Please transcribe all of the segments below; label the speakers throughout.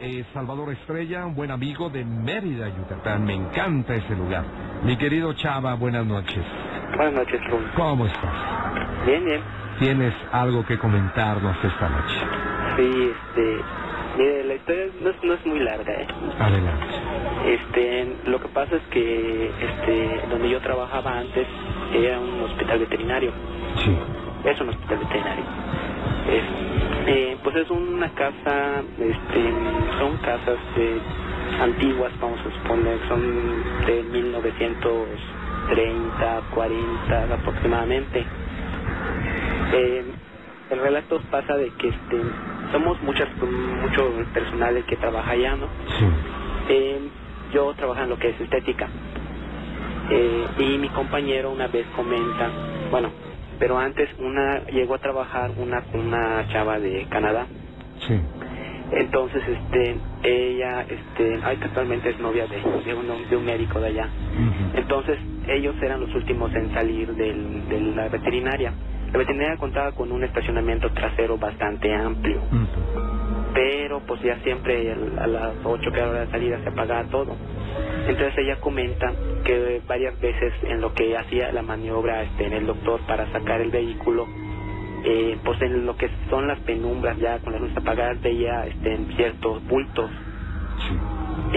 Speaker 1: eh, Salvador Estrella, un buen amigo de Mérida, Yucatán. Me encanta ese lugar. Mi querido Chava, buenas noches.
Speaker 2: Buenas noches, Luz.
Speaker 1: ¿Cómo estás?
Speaker 2: Bien, bien.
Speaker 1: ¿Tienes algo que comentarnos esta noche?
Speaker 2: Sí, este. Mire, la historia no es, no es muy larga, ¿eh?
Speaker 1: Adelante.
Speaker 2: Este, lo que pasa es que este, donde yo trabajaba antes era un hospital veterinario.
Speaker 1: Sí.
Speaker 2: Es un hospital veterinario. Es, eh, pues es una casa, este, son casas eh, antiguas, vamos a suponer, son de 1930, 40 aproximadamente. Eh, el relato pasa de que este, somos muchas, mucho personal que trabaja allá, ¿no?
Speaker 1: Sí.
Speaker 2: Eh, yo trabajo en lo que es estética. Eh, y mi compañero una vez comenta, bueno, pero antes una llegó a trabajar una una chava de Canadá.
Speaker 1: Sí.
Speaker 2: Entonces, este, ella, este, ay, actualmente es novia de, de, un, de un médico de allá.
Speaker 1: Ujú.
Speaker 2: Entonces, ellos eran los últimos en salir del, de la veterinaria. La veterinaria contaba con un estacionamiento trasero bastante amplio,
Speaker 1: Ujú.
Speaker 2: pero pues ya siempre el- a las 8 que era la hora de salida se apagaba todo. Entonces ella comenta que varias veces en lo que hacía la maniobra este, en el doctor para sacar el vehículo, eh, pues en lo que son las penumbras ya con las luces apagadas veía este, en ciertos bultos.
Speaker 1: Sí.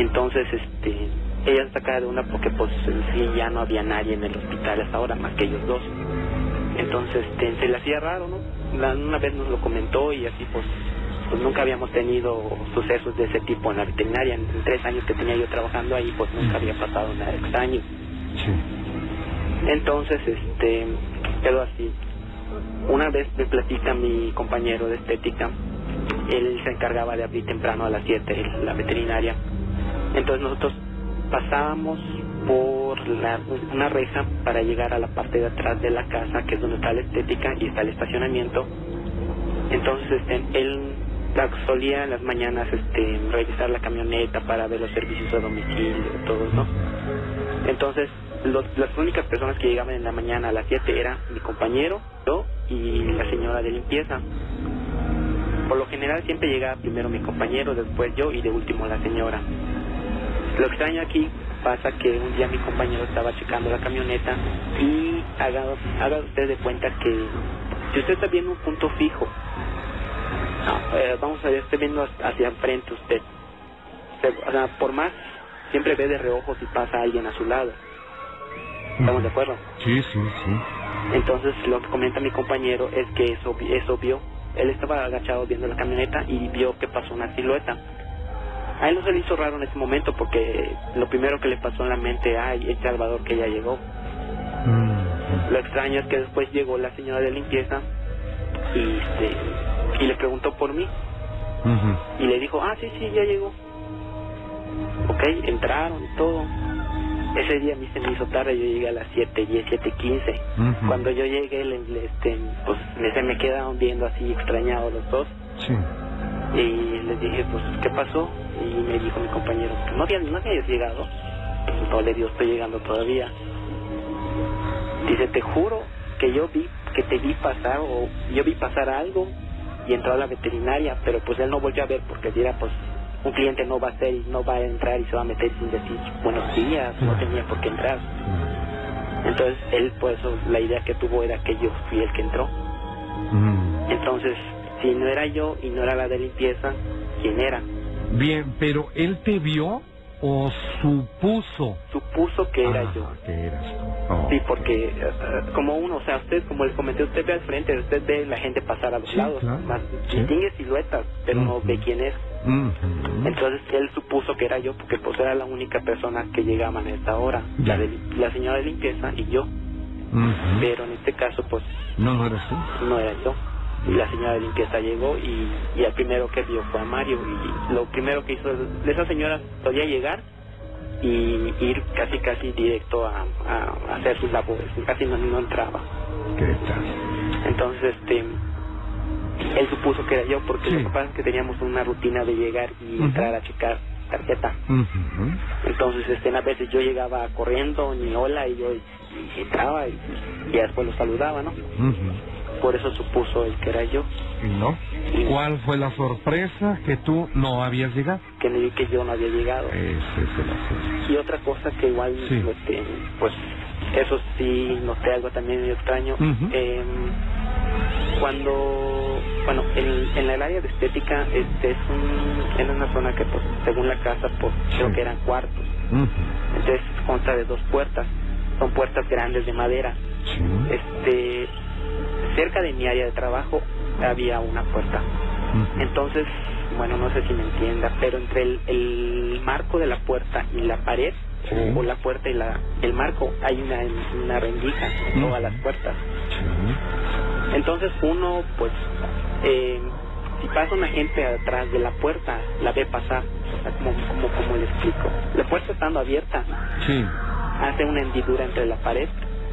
Speaker 2: Entonces este, ella sacaba de una porque pues en sí ya no había nadie en el hospital hasta ahora más que ellos dos. Entonces este, se le hacía raro, ¿no? La- una vez nos lo comentó y así pues, pues nunca habíamos tenido sucesos de ese tipo en la veterinaria. En tres años que tenía yo trabajando ahí pues nunca había pasado nada extraño.
Speaker 1: Sí.
Speaker 2: Entonces, este, quedó así. Una vez me platica mi compañero de estética, él se encargaba de abrir temprano a las 7 la veterinaria. Entonces nosotros pasábamos por la- una reja para llegar a la parte de atrás de la casa, que es donde está la estética y está el estacionamiento. Entonces, este, él la- solía en las mañanas este, revisar la camioneta para ver los servicios a domicilio, todo, ¿no? Entonces, los- las únicas personas que llegaban en la mañana a las 7 era mi compañero, yo y la señora de limpieza. Por lo general siempre llegaba primero mi compañero, después yo y de último la señora. Lo extraño aquí pasa que un día mi compañero estaba checando la camioneta y haga, haga usted de cuenta que si usted está viendo un punto fijo, no, eh, vamos a ver, esté viendo hacia- hacia enfrente usted. Se- O sea, por más, siempre ve de reojo si pasa alguien a su lado. ¿Estamos de acuerdo?
Speaker 1: Sí, sí, sí.
Speaker 2: Entonces lo que comenta mi compañero es que eso, eso vio. Él estaba agachado viendo la camioneta y vio que pasó una silueta. A él no se le hizo raro en ese momento porque lo primero que le pasó en la mente, ay, el Salvador que ya llegó.
Speaker 1: Mm.
Speaker 2: Lo extraño es que después llegó la señora de limpieza y, este, y le preguntó por mí.
Speaker 1: Ujú.
Speaker 2: Y le dijo, ah, sí, sí, ya llegó. Ok, entraron y todo. Ese día a mí se me hizo tarde, yo llegué a las 7, 10, 7, 15.
Speaker 1: Ujú.
Speaker 2: Cuando yo llegué, le- le- este, pues me- se me quedaron viendo así extrañados los dos.
Speaker 1: Sí.
Speaker 2: Y les dije, pues, ¿qué pasó? Y me dijo mi compañero, pues, no habías, no habías llegado. Pues, No le digo, estoy llegando todavía. Dice, te juro que yo vi, que te vi pasar o yo vi pasar algo y entró a la veterinaria, pero pues él no volvió a ver porque dirá, pues, un cliente no va a ser y no va a entrar y se va a meter sin decir buenos días, no tenía por qué entrar. Entonces él, por eso, la idea que tuvo era que yo fui el que entró.
Speaker 1: Mm.
Speaker 2: Entonces, si no era yo y no era la de limpieza, ¿quién era?
Speaker 1: Bien, pero él te vio o supuso
Speaker 2: Supuso que era
Speaker 1: Ah,
Speaker 2: yo.
Speaker 1: Que eras tú. Oh.
Speaker 2: Sí, porque eh, como uno, o sea, usted, como les comenté, usted ve al frente, usted ve la gente pasar a los
Speaker 1: Sí,
Speaker 2: lados,
Speaker 1: claro.
Speaker 2: más,
Speaker 1: Sí.
Speaker 2: distingue siluetas, pero no
Speaker 1: Ujú.
Speaker 2: ve quién es.
Speaker 1: Ujú.
Speaker 2: Entonces él supuso que era yo porque pues era la única persona que llegaba a esta hora,
Speaker 1: Ya.
Speaker 2: la, de lim- la señora de limpieza y yo,
Speaker 1: Ujú.
Speaker 2: pero en este caso pues
Speaker 1: No, no eres tú.
Speaker 2: no era yo. Y la señora de limpieza llegó y, y el primero que vio fue a Mario. Y lo primero que hizo esa señora podía llegar y ir casi casi directo a, a- a hacer sus labores. Casi no, no entraba.
Speaker 1: ¿Qué tal?
Speaker 2: Entonces, este, él supuso que era yo porque
Speaker 1: Sí.
Speaker 2: lo que pasa es que teníamos una rutina de llegar y
Speaker 1: Ujú.
Speaker 2: entrar a checar tarjeta.
Speaker 1: Ujú.
Speaker 2: Entonces, este, a veces yo llegaba corriendo, ni hola, y yo y entraba y, y después lo saludaba, ¿no?
Speaker 1: Ujú.
Speaker 2: por eso supuso el que era yo,
Speaker 1: ¿No? ¿Cuál fue la sorpresa que tú no habías llegado?
Speaker 2: que le vi que yo no había llegado.
Speaker 1: Ese es el asunto.
Speaker 2: Y otra cosa que igual,
Speaker 1: Sí.
Speaker 2: este, pues, eso sí noté algo también medio extraño.
Speaker 1: Ujú.
Speaker 2: Em, cuando, bueno, en, en el área de estética este es un, en una zona que, pues, según la casa, pues, creo
Speaker 1: Sí.
Speaker 2: que eran cuartos.
Speaker 1: Ujú.
Speaker 2: Entonces consta de dos puertas. Son puertas grandes de madera.
Speaker 1: Sí.
Speaker 2: Este, cerca de mi área de trabajo había una puerta
Speaker 1: Ujú.
Speaker 2: entonces, bueno, no sé si me entienda, pero entre el, el marco de la puerta y la pared,
Speaker 1: Sí.
Speaker 2: o, o la puerta y la, el marco, hay una, una rendija en
Speaker 1: Ujú.
Speaker 2: todas las puertas.
Speaker 1: Sí.
Speaker 2: Entonces uno, pues, eh, si pasa una gente atrás de la puerta, la ve pasar. O sea, como, como, como le explico. La puerta estando abierta,
Speaker 1: Sí.
Speaker 2: hace una hendidura entre la pared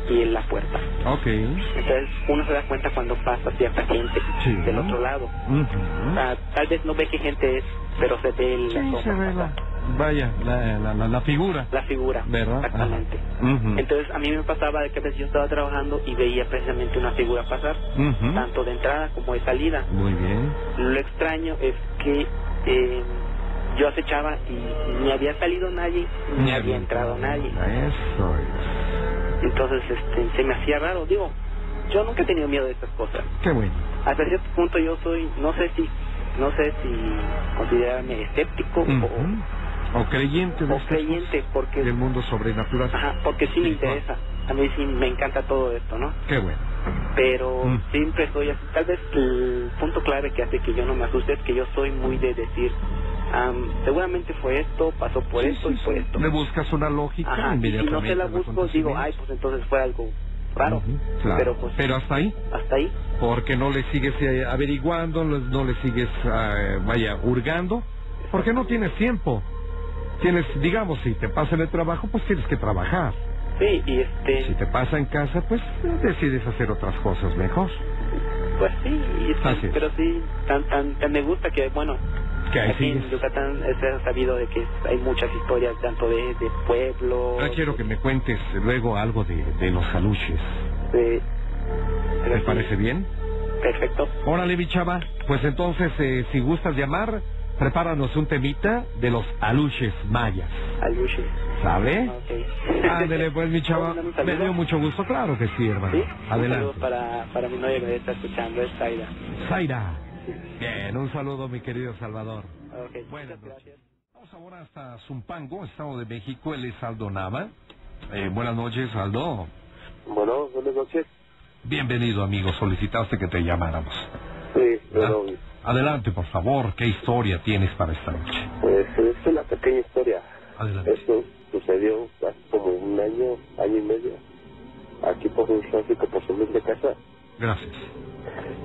Speaker 2: y la puerta.
Speaker 1: Ok.
Speaker 2: Entonces uno se da cuenta cuando pasa cierta gente
Speaker 1: Sí.
Speaker 2: del otro lado.
Speaker 1: Ujú.
Speaker 2: Ah, tal vez no ve qué gente es, pero se ve el- la,
Speaker 1: Sí, se
Speaker 2: sombra
Speaker 1: ve la,
Speaker 2: pasar.
Speaker 1: vaya, la, la, la, la figura,
Speaker 2: La figura.
Speaker 1: ¿verdad? Ajá.
Speaker 2: Exactamente.
Speaker 1: Ujú.
Speaker 2: Entonces a mí me pasaba de que a veces yo estaba trabajando y veía precisamente una figura pasar,
Speaker 1: Ujú.
Speaker 2: tanto de entrada como de salida.
Speaker 1: Muy bien.
Speaker 2: Lo extraño es que eh, yo acechaba y ni había salido nadie, ni había entrado nadie.
Speaker 1: Eso es.
Speaker 2: Entonces este, se me hacía raro, digo, yo nunca he tenido miedo de estas cosas.
Speaker 1: Qué bueno.
Speaker 2: Hasta cierto punto yo soy, no sé si, no sé si considerarme escéptico o-
Speaker 1: Ujú. O creyente de
Speaker 2: o
Speaker 1: estas
Speaker 2: creyente,
Speaker 1: cosas,
Speaker 2: porque
Speaker 1: del mundo sobrenatural.
Speaker 2: Ajá, porque sí me interesa. A mí sí me encanta todo esto, ¿no?
Speaker 1: Qué bueno.
Speaker 2: Pero
Speaker 1: Mm.
Speaker 2: siempre soy así. Tal vez el punto clave que hace que yo no me asuste es que yo soy muy de decir, am, seguramente fue esto, pasó por
Speaker 1: Sí,
Speaker 2: esto
Speaker 1: sí,
Speaker 2: y fue
Speaker 1: sí.
Speaker 2: esto.
Speaker 1: Le buscas una lógica
Speaker 2: Ajá, y si
Speaker 1: inmediatamente.
Speaker 2: no se la
Speaker 1: al
Speaker 2: busco, digo,
Speaker 1: acontecimiento.
Speaker 2: ay, pues entonces fue algo raro.
Speaker 1: Ujú, claro.
Speaker 2: Pero pues
Speaker 1: hasta ahí,
Speaker 2: hasta ahí.
Speaker 1: porque no le sigues eh, averiguando, no no le sigues, eh, vaya, hurgando, porque no tienes tiempo. Tienes, digamos, si te pasa en el trabajo, pues tienes que trabajar.
Speaker 2: Sí, y este,
Speaker 1: Si te pasa en casa, pues eh, decides hacer otras cosas mejor.
Speaker 2: pues sí, y este,
Speaker 1: Así es.
Speaker 2: pero sí, tan, tan, tan me gusta que, bueno,
Speaker 1: Que ahí
Speaker 2: aquí en
Speaker 1: sigues.
Speaker 2: Yucatán eh, se ha sabido de que hay muchas historias, tanto de, de pueblos,
Speaker 1: Ahora quiero que me cuentes luego algo de, de los aluches.
Speaker 2: de...
Speaker 1: ¿Te parece bien?
Speaker 2: Perfecto.
Speaker 1: Pues Órale, mi chava. Pues entonces, eh, si gustas llamar, prepáranos un temita de los aluches mayas.
Speaker 2: Alushi.
Speaker 1: ¿Sabe?
Speaker 2: Ok.
Speaker 1: ¿Eh? Ándele, pues, mi chava.
Speaker 2: ¿Puedo mandar un
Speaker 1: Me
Speaker 2: saludo?
Speaker 1: dio mucho gusto, claro que sí, hermano.
Speaker 2: Sí, un saludo
Speaker 1: Adelante.
Speaker 2: para, para mi novia que me está escuchando, es Zaira.
Speaker 1: Zaira. Bien, un saludo, mi querido Salvador.
Speaker 2: Ok,
Speaker 1: Buenas
Speaker 2: muchas
Speaker 1: noches.
Speaker 2: gracias.
Speaker 1: Vamos ahora hasta Zumpango, Estado de México. Él es Aldo Nava. Eh, buenas noches, Aldo.
Speaker 3: Bueno, buenas noches.
Speaker 1: Bienvenido, amigo. Solicitaste que te llamáramos.
Speaker 3: Sí,
Speaker 1: ¿verdad?
Speaker 3: pero
Speaker 1: Adelante, por favor. ¿Qué historia tienes para esta noche?
Speaker 3: pues, es una pequeña historia.
Speaker 1: Adelante.
Speaker 3: Esto sucedió hace como un año, año y medio, aquí por un tráfico por su de casa.
Speaker 2: Eh,
Speaker 1: Gracias.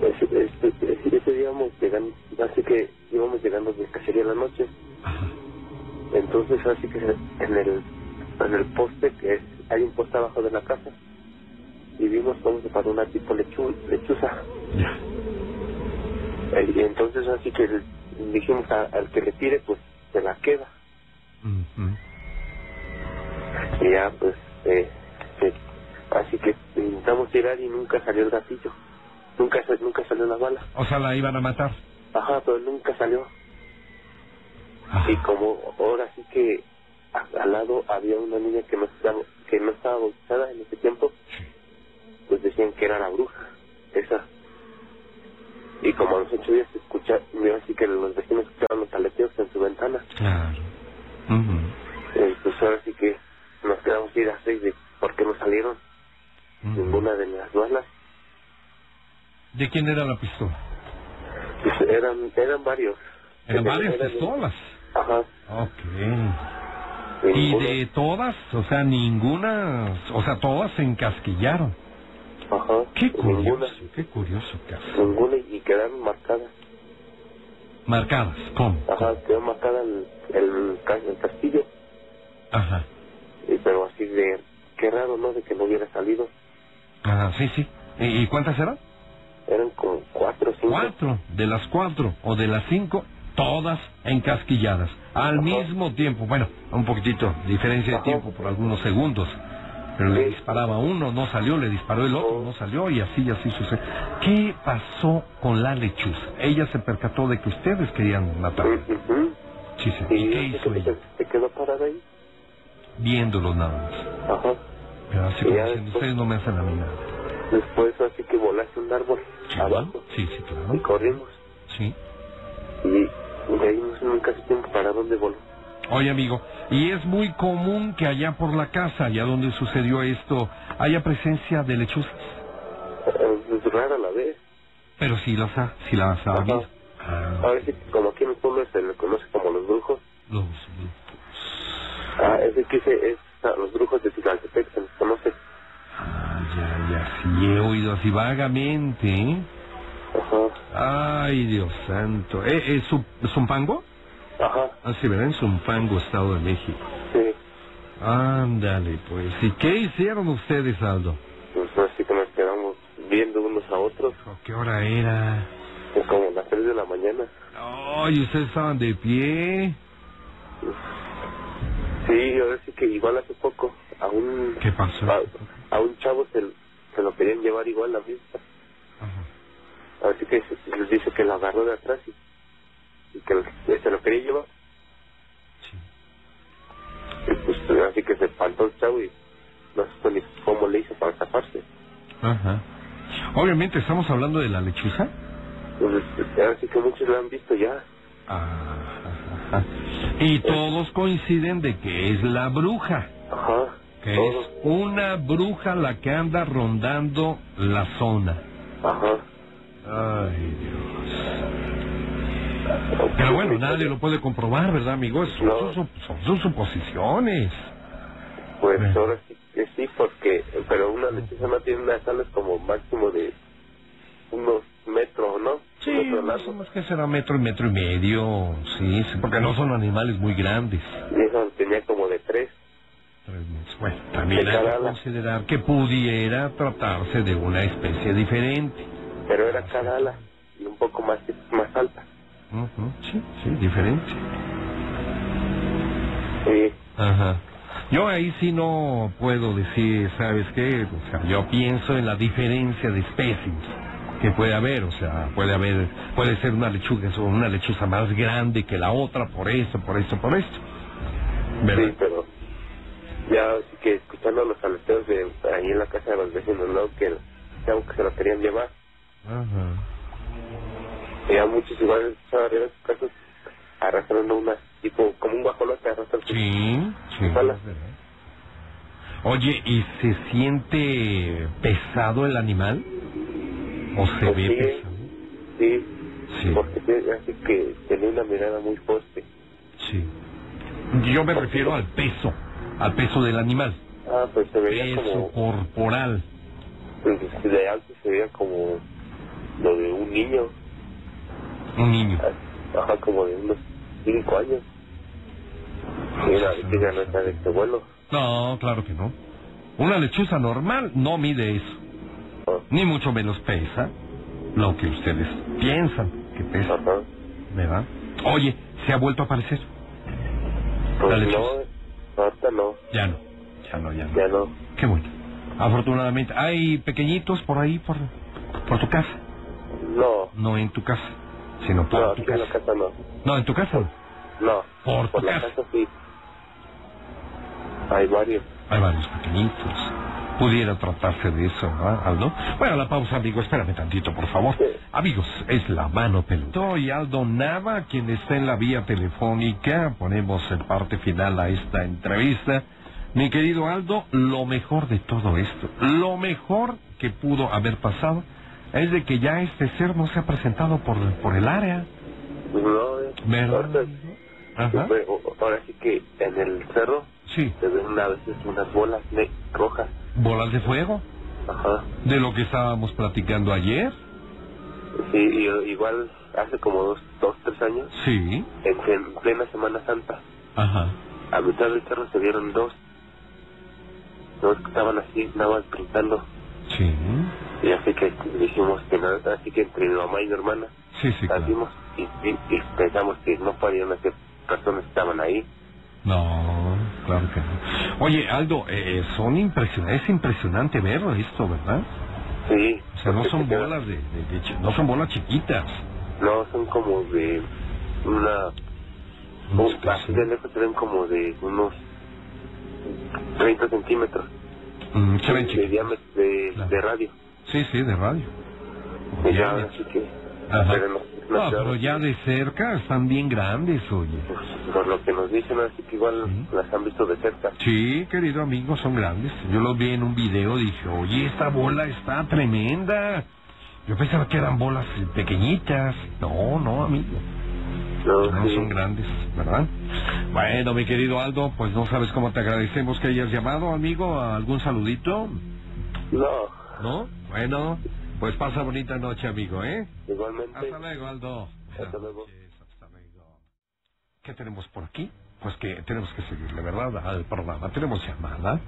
Speaker 3: Es- es- es- Ese día íbamos llegando, así que íbamos llegando de cacería en la noche.
Speaker 1: Ajá.
Speaker 3: Entonces, así que en el, en el poste, que es, hay un poste abajo de la casa, y vimos cómo se paró una tipo lechu, lechuza.
Speaker 1: Ya.
Speaker 3: Eh, Y entonces, así que le- dijimos a- al que le tire, pues se la queda.
Speaker 1: Ujú.
Speaker 3: Y ya, pues, eh, eh, así que intentamos tirar y nunca salió el gatillo. Nunca, sa- nunca salió la bala.
Speaker 1: O sea, la iban a matar.
Speaker 3: Ajá, pero nunca salió.
Speaker 1: Ajá.
Speaker 3: Y como ahora sí que a- al lado había una niña que no estaba, que no estaba bautizada en ese tiempo, pues decían que era la bruja, esa. Y como a los ocho días se escucha, yo así que los vecinos escuchaban los aleteos en su ventana.
Speaker 1: Claro. Ujú.
Speaker 3: Eh, pues ahora sí que nos quedamos ir a seis de por qué no salieron
Speaker 1: Ujú.
Speaker 3: ninguna de las balas.
Speaker 1: ¿De quién era la pistola?
Speaker 3: Pues eran, eran varios.
Speaker 1: Eran varias
Speaker 3: Eran-
Speaker 1: pistolas.
Speaker 3: Ajá.
Speaker 1: Ok.
Speaker 3: Y
Speaker 1: Y
Speaker 3: ninguno-
Speaker 1: de todas, o sea, ninguna, o sea, todas se encasquillaron.
Speaker 3: Ajá.
Speaker 1: Qué
Speaker 3: ninguna,
Speaker 1: curioso, qué curioso caso.
Speaker 3: ninguna y quedaron marcadas.
Speaker 1: Marcadas, ¿cómo?
Speaker 3: Ajá, quedó marcada el, el, ca- el castillo.
Speaker 1: Ajá.
Speaker 3: Y, pero así de, qué raro, ¿no? De que no hubiera salido.
Speaker 1: Ajá, sí, sí. ¿Y y cuántas eran?
Speaker 3: Eran como cuatro o cinco.
Speaker 1: Cuatro, de las cuatro o de las cinco, todas encasquilladas, al
Speaker 3: Ajá.
Speaker 1: mismo tiempo. Bueno, un poquitito, diferencia de
Speaker 3: Ajá.
Speaker 1: tiempo por algunos segundos. Pero le disparaba uno, no salió, le disparó el otro, no salió y así y así sucede. ¿Qué pasó con la lechuza? Ella se percató de que ustedes querían matarla.
Speaker 4: Ujú.
Speaker 1: Sí, sí. ¿Y
Speaker 4: Y
Speaker 1: qué hizo
Speaker 4: se,
Speaker 1: ella?
Speaker 4: se quedó parada ahí.
Speaker 1: Viéndolos nada más.
Speaker 4: Ajá.
Speaker 1: Pero Así
Speaker 4: Y
Speaker 1: como
Speaker 4: ya
Speaker 1: diciendo,
Speaker 4: después-
Speaker 1: ustedes no me hacen a mí nada.
Speaker 4: Después así que volaste un árbol
Speaker 1: Sí,
Speaker 4: abajo
Speaker 1: Sí, sí,
Speaker 4: y
Speaker 1: claro.
Speaker 4: corrimos.
Speaker 1: Sí.
Speaker 4: Y de ahí no sé nunca se tiempo para dónde voló.
Speaker 1: Oye, amigo, y es muy común que allá por la casa, allá donde sucedió esto, haya presencia de lechuzas.
Speaker 4: Eh, Es rara la vez.
Speaker 1: Pero sí las ha, sí las ha
Speaker 4: Ajá.
Speaker 1: habido. Ah,
Speaker 4: Ahora sí que como aquí en el pueblo se le conoce como los brujos.
Speaker 1: los-
Speaker 4: Ah, es que se, es a los brujos de Tizaltepec se les conoce.
Speaker 1: ah, ya, ya, sí, he oído así vagamente, ¿eh?
Speaker 4: Ajá.
Speaker 1: Ay, Dios santo. ¿Eh, eh, Zu- ¿Zumpango?
Speaker 4: Ajá.
Speaker 1: Ah, sí, ¿verdad? En Zumpango, Estado de México.
Speaker 4: Sí.
Speaker 1: Ándale, pues. ¿Y qué hicieron ustedes, Aldo?
Speaker 4: Pues así que nos quedamos viendo unos a otros.
Speaker 1: ¿A ¿Qué hora era?
Speaker 4: Es como las 3 de la mañana.
Speaker 1: Ay, ustedes estaban de pie.
Speaker 4: Sí, ahora sí que igual hace poco a un
Speaker 1: ¿Qué pasó?
Speaker 4: a, a un chavo se, se lo querían llevar igual a la fiesta.
Speaker 1: Ajá.
Speaker 4: Así que se- les dice que lo agarró de atrás y, y que lo- se lo quería llevar.
Speaker 1: Sí.
Speaker 4: Y pues así que se espantó el chavo y no supo ni cómo le hizo para taparse.
Speaker 1: Ajá. Obviamente estamos hablando de la lechuza.
Speaker 4: Entonces, ahora sí que muchos lo han visto ya.
Speaker 1: Ah, Ajá. Y todos coinciden de que es la bruja,
Speaker 4: Ajá.
Speaker 1: que
Speaker 4: Todos.
Speaker 1: es una bruja la que anda rondando la zona.
Speaker 4: Ajá.
Speaker 1: Ay, Dios. Pero bueno, nadie lo puede comprobar, ¿verdad, amigo? Es- Son,
Speaker 4: No.
Speaker 1: son- son sus suposiciones.
Speaker 4: Pues
Speaker 1: Bueno.
Speaker 4: ahora sí que sí, porque, pero una lechuza no tiene unas alas como máximo de unos metros, ¿no?
Speaker 1: Sí,
Speaker 4: Un metro
Speaker 1: más
Speaker 4: largo.
Speaker 1: que será metro y metro y medio, sí, sí, porque no son animales muy grandes.
Speaker 4: Y eso tenía como de tres.
Speaker 1: Tres meses. Bueno, también
Speaker 4: De
Speaker 1: hay que
Speaker 4: cada ala.
Speaker 1: considerar que pudiera tratarse de una especie diferente.
Speaker 4: Pero era cada ala y un poco más, más alta.
Speaker 1: Ujú, Sí, sí, diferente.
Speaker 4: Sí,
Speaker 1: Ajá. Yo ahí sí no puedo decir, ¿sabes qué? O sea, yo pienso en la diferencia de especies que puede haber, o sea, puede haber, puede ser una lechuga o una lechuza más grande que la otra por esto, por esto, por esto. ¿Verdad?
Speaker 4: sí, pero ya así que escuchando los aleteos de ahí en la casa de los vecinos, ¿no? Que que aunque se lo querían llevar.
Speaker 1: Ajá.
Speaker 4: Ya muchos igual estaban en sus casas arrastrando una, tipo como un guajolote arrastrando.
Speaker 1: Sí, sí.
Speaker 4: Hola.
Speaker 1: es verdad. Oye, ¿y se siente pesado el animal? ¿O se
Speaker 4: Pues
Speaker 1: ve
Speaker 4: sí.
Speaker 1: pesado?
Speaker 4: Sí,
Speaker 1: Sí.
Speaker 4: porque te- así que tenía una mirada muy fuerte.
Speaker 1: Sí. Yo me refiero al peso, al peso del animal,
Speaker 4: Ah, pues se veía
Speaker 1: peso
Speaker 4: como,
Speaker 1: corporal.
Speaker 4: pues, de alto se veía como lo de un niño,
Speaker 1: Un niño.
Speaker 4: ajá, como de unos cinco años. Y
Speaker 1: Ah,
Speaker 4: una lechuza no está de este vuelo.
Speaker 1: No, claro que no. Una lechuza normal no mide eso,
Speaker 4: Ah,
Speaker 1: ni mucho menos pesa lo que ustedes piensan que pesa,
Speaker 4: Ajá.
Speaker 1: ¿verdad? Oye, se ha vuelto a aparecer. La
Speaker 4: Pues
Speaker 1: lechuza.
Speaker 4: no, ahorita no,
Speaker 1: Ya no, ya no, ya no.
Speaker 4: ya no.
Speaker 1: Qué bueno. Afortunadamente, ¿hay pequeñitos por ahí, por, por tu casa?
Speaker 4: No,
Speaker 1: No en tu casa, sino por
Speaker 4: no,
Speaker 1: tu
Speaker 4: aquí en la
Speaker 1: casa.
Speaker 4: casa no.
Speaker 1: No, en tu casa no.
Speaker 4: No,
Speaker 1: Por tu
Speaker 4: la
Speaker 1: casa.
Speaker 4: casa sí. Hay varios.
Speaker 1: Hay varios pequeñitos. Pudiera tratarse de eso, ¿verdad, Aldo? Bueno, la pausa, amigo. Espérame tantito, por favor.
Speaker 4: Sí.
Speaker 1: Amigos, es la mano peluda. Soy Aldo Nava, quien está en la vía telefónica. Ponemos en parte final a esta entrevista. Mi querido Aldo, lo mejor de todo esto, lo mejor que pudo haber pasado, es de que ya este ser no se ha presentado por, por el área.
Speaker 4: No, eh,
Speaker 1: ¿Verdad?
Speaker 4: ahorita-
Speaker 1: Ajá.
Speaker 4: Pero, o- ahora sí que en el cerro
Speaker 1: Sí.
Speaker 4: se ven una veces unas bolas ne- rojas.
Speaker 1: Bolas de fuego,
Speaker 4: Ajá.
Speaker 1: de lo que estábamos platicando ayer.
Speaker 4: Sí, y, igual hace como dos, dos tres años,
Speaker 1: Sí.
Speaker 4: en, en plena Semana Santa,
Speaker 1: Ajá.
Speaker 4: a mitad del cerro se vieron dos. Dos que estaban así, nada más gritando.
Speaker 1: Sí.
Speaker 4: Y así que dijimos que nada, así que entre mi mamá y mi hermana
Speaker 1: Sí, sí, claro.
Speaker 4: salimos y, y- y pensamos que no podían hacer personas que estaban ahí.
Speaker 1: No. claro que no. Oye, Aldo, eh, son impresion- es impresionante ver esto, ¿verdad?
Speaker 4: Sí.
Speaker 1: O sea, no
Speaker 4: porque
Speaker 1: son
Speaker 4: se queda-
Speaker 1: bolas de, de- de chi- no son bolas chiquitas.
Speaker 4: No, son como de una...
Speaker 1: No
Speaker 4: un-
Speaker 1: sé qué
Speaker 4: así
Speaker 1: sea.
Speaker 4: de lejos se ven como de unos 30 centímetros
Speaker 1: Mm, se ven
Speaker 4: de
Speaker 1: chiquitas.
Speaker 4: diámetro de,
Speaker 1: Claro.
Speaker 4: de radio.
Speaker 1: Sí, sí, de radio.
Speaker 4: Y ya, así que...
Speaker 1: Ajá.
Speaker 4: Pero no, no
Speaker 1: No,
Speaker 4: se
Speaker 1: pero
Speaker 4: habla.
Speaker 1: ya de cerca están bien grandes, oye.
Speaker 4: Pues, por lo que nos dicen, así que igual
Speaker 1: Sí.
Speaker 4: las han visto de cerca.
Speaker 1: Sí, querido amigo, son grandes. Yo los vi en un video, dije, oye, esta bola está tremenda. Yo pensaba que eran bolas pequeñitas. No, no, amigo.
Speaker 4: No,
Speaker 1: No
Speaker 4: sí.
Speaker 1: son grandes, ¿verdad? Bueno, mi querido Aldo, pues no sabes cómo te agradecemos que hayas llamado, amigo. ¿Algún saludito?
Speaker 4: No,
Speaker 1: ¿No? Bueno, pues pasa bonita noche, amigo, ¿eh?
Speaker 4: igualmente.
Speaker 1: Hasta luego, Aldo.
Speaker 4: Hasta luego.
Speaker 1: Buenas noches, hasta luego. ¿Qué tenemos por aquí? Pues que tenemos que seguirle, ¿verdad? Al programa. Tenemos llamada.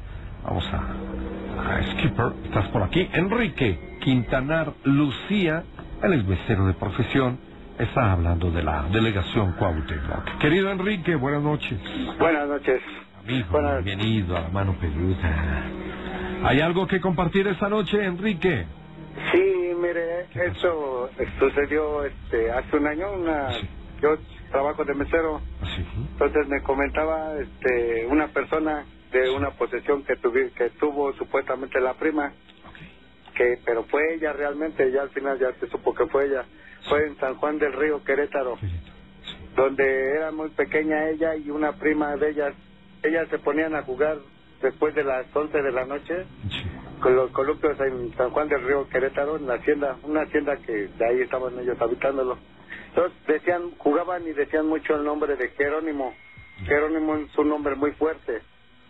Speaker 1: Vamos a, a Skipper. Estás por aquí. Enrique Quintanar Lucía, el ex mesero de profesión, está hablando de la delegación Cuauhtémoc. Querido Enrique, buenas noches.
Speaker 2: Buenas noches.
Speaker 1: Amigo,
Speaker 2: Buenas-
Speaker 1: bienvenido a la mano peluda. ¿Hay algo que compartir esta noche, Enrique?
Speaker 2: Sí, mire, eso eh, sucedió este, hace un año. Una,
Speaker 1: Sí.
Speaker 2: Yo trabajo de mesero,
Speaker 1: Ah, Sí.
Speaker 2: entonces me comentaba este, una persona de una posesión que, tuvi- que tuvo supuestamente la prima,
Speaker 1: Ok.
Speaker 2: que pero fue ella realmente, ya al final ya se supo que fue ella. Fue en San Juan del Río, Querétaro,
Speaker 1: Querido. Sí.
Speaker 2: donde era muy pequeña ella y una prima de ellas. Ellas se ponían a jugar después de las 11 de la noche.
Speaker 1: Sí.
Speaker 2: con los columpios en San Juan del Río Querétaro, en la hacienda, una hacienda que de ahí estaban ellos habitándolo. Entonces decían, jugaban y decían mucho el nombre de Jerónimo. Jerónimo es un nombre muy fuerte,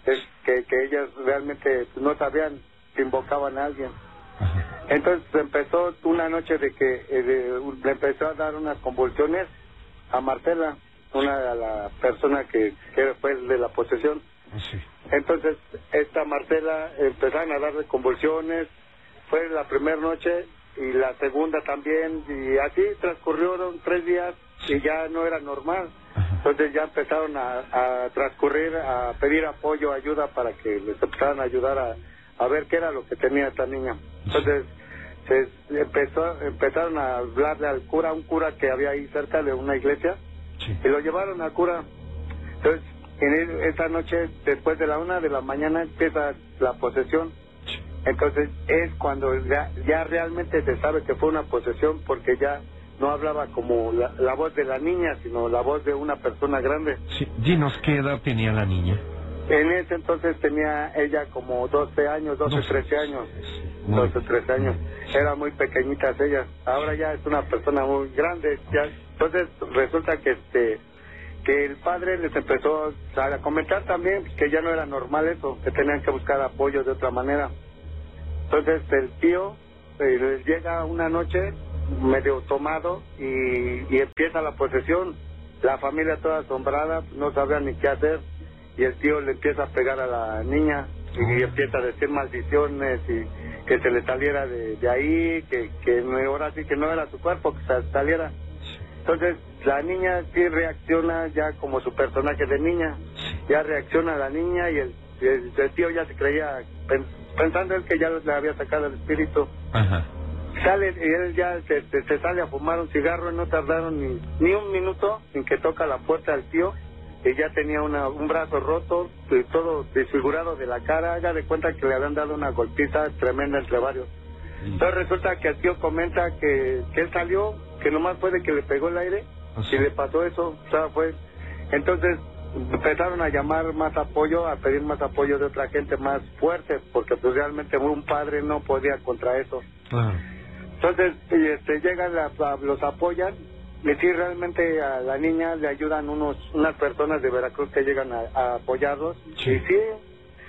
Speaker 2: es que, que ellas realmente no sabían si invocaban a alguien.
Speaker 1: Ajá.
Speaker 2: Entonces empezó una noche de que eh, de- le empezó a dar unas convulsiones a Martela, una de las personas que, que fue el de la posesión.
Speaker 1: Sí.
Speaker 2: Entonces, esta Marcela empezaron a darle convulsiones, fue la primera noche y la segunda también, y así transcurrieron tres días y ya no era normal. Entonces ya empezaron a, a transcurrir, a pedir apoyo, ayuda para que les empezaran a ayudar a, a ver qué era lo que tenía esta niña. Entonces se empezó, empezaron a hablarle al cura, un cura que había ahí cerca de una iglesia,
Speaker 1: Sí.
Speaker 2: y lo llevaron al cura. Entonces, en el- esa noche, después de la una de la mañana, empieza la posesión.
Speaker 1: Sí.
Speaker 2: Entonces, es cuando ya, ya realmente se sabe que fue una posesión, porque ya no hablaba como la, la voz de la niña, sino la voz de una persona grande.
Speaker 1: Sí. Dinos qué edad tenía la niña.
Speaker 2: En ese entonces tenía ella como 12 años, 12,
Speaker 1: Doce.
Speaker 2: 13 años.
Speaker 1: Sí. Muy
Speaker 2: 12,
Speaker 1: bien.
Speaker 2: 13 años. Era muy pequeñitas ellas. Ahora ya es una persona muy grande. Ya. Entonces resulta que este que el padre les empezó a comentar también que ya no era normal eso, que tenían que buscar apoyo de otra manera. Entonces el tío eh, llega una noche medio tomado y, y empieza la posesión. La familia toda asombrada, no sabía ni qué hacer y el tío le empieza a pegar a la niña y empieza a decir maldiciones y que se le saliera de, de ahí, que, que no- ahora sí que no era su cuerpo, que se saliera. Entonces la niña sí reacciona ya como su personaje de niña, ya reacciona la niña y el, y el- el tío ya se creía, pen- pensando él que ya le había sacado el espíritu.
Speaker 1: Ajá.
Speaker 2: Sale, y él ya se, se- se sale a fumar un cigarro y no tardaron ni, ni un minuto en que toca la puerta del tío y ya tenía una, un brazo roto, y todo desfigurado de la cara, haga de cuenta que le habían dado una golpiza tremenda entre varios. Entonces resulta que el tío comenta que, que él salió, que nomás fue de que le pegó el aire
Speaker 1: Ajá.
Speaker 2: y le pasó eso, o sea, fue... Entonces empezaron a llamar más apoyo, a pedir más apoyo de otra gente más fuerte, porque pues realmente un padre no podía contra eso.
Speaker 1: Claro.
Speaker 2: Entonces, y, este, llegan, la- la- los apoyan. Y sí, realmente a la niña le ayudan unos unas personas de Veracruz que llegan a, a apoyarlos.
Speaker 1: Sí.
Speaker 2: Y sí,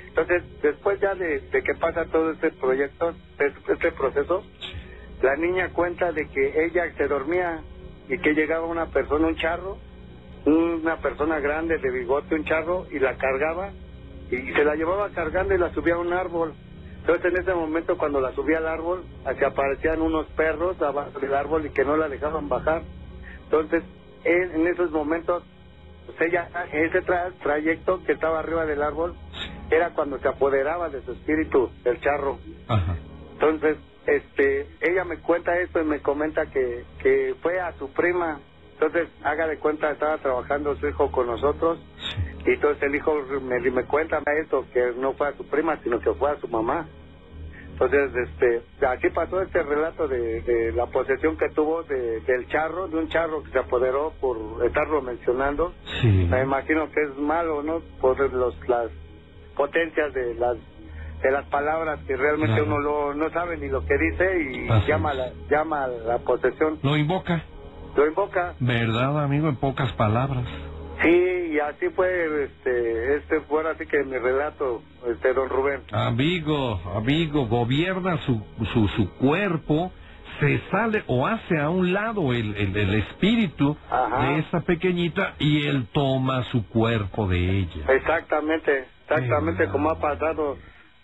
Speaker 2: entonces después ya de, de que pasa todo este proyecto, es- este proceso, la niña cuenta de que ella se dormía y que llegaba una persona, un charro, una persona grande de bigote, un charro, y la cargaba y se la llevaba cargando y la subía a un árbol. Entonces en ese momento cuando la subía al árbol, que aparecían unos perros abajo del árbol y que no la dejaban bajar. Entonces él, en esos momentos pues ella, ese tra- trayecto que estaba arriba del árbol, era cuando se apoderaba de su espíritu, del charro.
Speaker 1: Ajá.
Speaker 2: Entonces, este, ella me cuenta esto y me comenta que, que fue a su prima. Entonces, haga de cuenta, estaba trabajando su hijo con nosotros. Y entonces el hijo me, me cuenta esto, que no fue a su prima, sino que fue a su mamá. Entonces, este, así pasó este relato de, de la posesión que tuvo de, del charro, de un charro que se apoderó por estarlo mencionando.
Speaker 1: Sí.
Speaker 2: Me imagino que es malo, ¿no? Por los, las potencias de las de las palabras que realmente
Speaker 1: Claro.
Speaker 2: uno lo- no sabe ni lo que dice y
Speaker 1: Así
Speaker 2: llama
Speaker 1: es.
Speaker 2: la, llama a la posesión.
Speaker 1: Lo invoca,
Speaker 2: Lo invoca.
Speaker 1: ¿verdad, amigo? En pocas palabras.
Speaker 2: Sí, y así fue, este, este fue así que mi relato, este, don Rubén.
Speaker 1: Amigo, amigo, gobierna su, su, su cuerpo, se sale o hace a un lado el, el, el espíritu
Speaker 2: Ajá.
Speaker 1: de esa pequeñita y él toma su cuerpo de ella.
Speaker 2: Exactamente, exactamente
Speaker 1: Mira.
Speaker 2: como ha pasado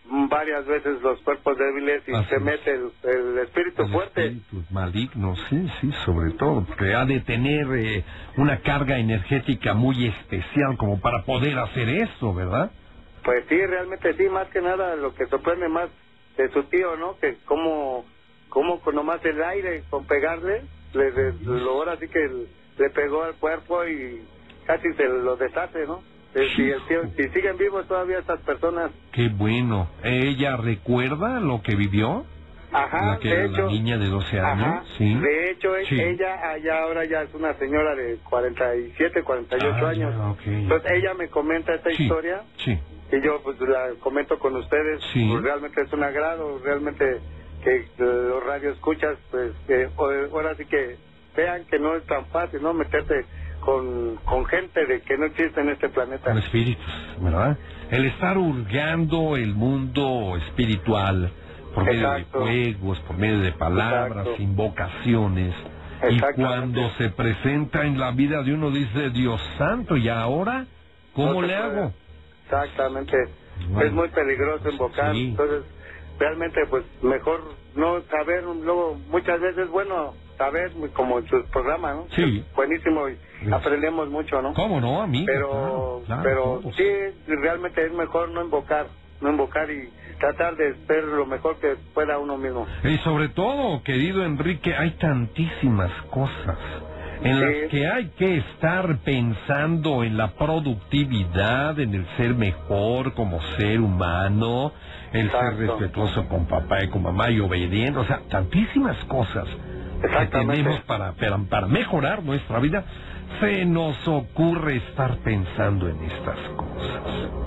Speaker 2: mm, varias veces los cuerpos débiles y
Speaker 1: Así
Speaker 2: se
Speaker 1: es.
Speaker 2: mete el, el espíritu
Speaker 1: El
Speaker 2: fuerte.
Speaker 1: espíritu maligno, sí, sí, sobre todo, porque ha de tener eh, una carga energética muy especial como para poder hacer eso, ¿verdad?
Speaker 2: Pues sí, realmente sí, más que nada lo que sorprende más de su tío, ¿no? Que cómo, cómo con nomás el aire, con pegarle, le, le- lo ahora sí que le pegó al cuerpo y casi se lo deshace, ¿no? Eh, Si, el tío- si siguen vivos todavía estas personas.
Speaker 1: Qué bueno. ¿Ella recuerda lo que vivió?
Speaker 2: Ajá,
Speaker 1: la, que,
Speaker 2: Ah, de
Speaker 1: la
Speaker 2: hecho.
Speaker 1: niña de 12 años,
Speaker 2: Ajá.
Speaker 1: ¿sí?
Speaker 2: De hecho, e-
Speaker 1: Sí.
Speaker 2: ella allá ahora ya es una señora de 47, 48
Speaker 1: Ah,
Speaker 2: años.
Speaker 1: ya, ok.
Speaker 2: Entonces ella me comenta esta
Speaker 1: Sí,
Speaker 2: historia
Speaker 1: Sí.
Speaker 2: y yo pues la comento con ustedes
Speaker 1: Sí.
Speaker 2: Pues, realmente es un agrado realmente que eh, los radio escuchas pues que o- ahora sí que vean que no es tan fácil no meterte con, con gente de que no existe en este planeta
Speaker 1: Con espíritus, ¿verdad? El estar hurgando el mundo espiritual por medio de
Speaker 2: Exacto.
Speaker 1: juegos, por medio de palabras,
Speaker 2: Exacto.
Speaker 1: invocaciones. Y
Speaker 2: Exactamente.
Speaker 1: cuando se presenta en la vida de uno, dice, Dios santo, ¿y ahora cómo
Speaker 2: No se
Speaker 1: le
Speaker 2: puede.
Speaker 1: hago?
Speaker 2: exactamente
Speaker 1: Bueno.
Speaker 2: es muy peligroso invocar
Speaker 1: Sí.
Speaker 2: entonces realmente pues mejor no saber luego muchas veces bueno saber como en sus programas no
Speaker 1: Sí.
Speaker 2: buenísimo y
Speaker 1: Sí.
Speaker 2: aprendemos mucho no
Speaker 1: ¿Cómo no, amigo?
Speaker 2: pero
Speaker 1: Claro, claro,
Speaker 2: pero
Speaker 1: todos.
Speaker 2: sí realmente es mejor no invocar no invocar y tratar de ser lo mejor que pueda uno mismo
Speaker 1: Y sobre todo, querido Enrique, hay tantísimas cosas en las
Speaker 2: Sí.
Speaker 1: que hay que estar pensando en la productividad, en el ser mejor como ser humano, el ser
Speaker 2: Exacto.
Speaker 1: respetuoso con papá y con mamá y obediente, o sea, tantísimas cosas que
Speaker 2: Exactamente.
Speaker 1: tenemos para, para, para mejorar nuestra vida. Se nos ocurre estar pensando en estas cosas.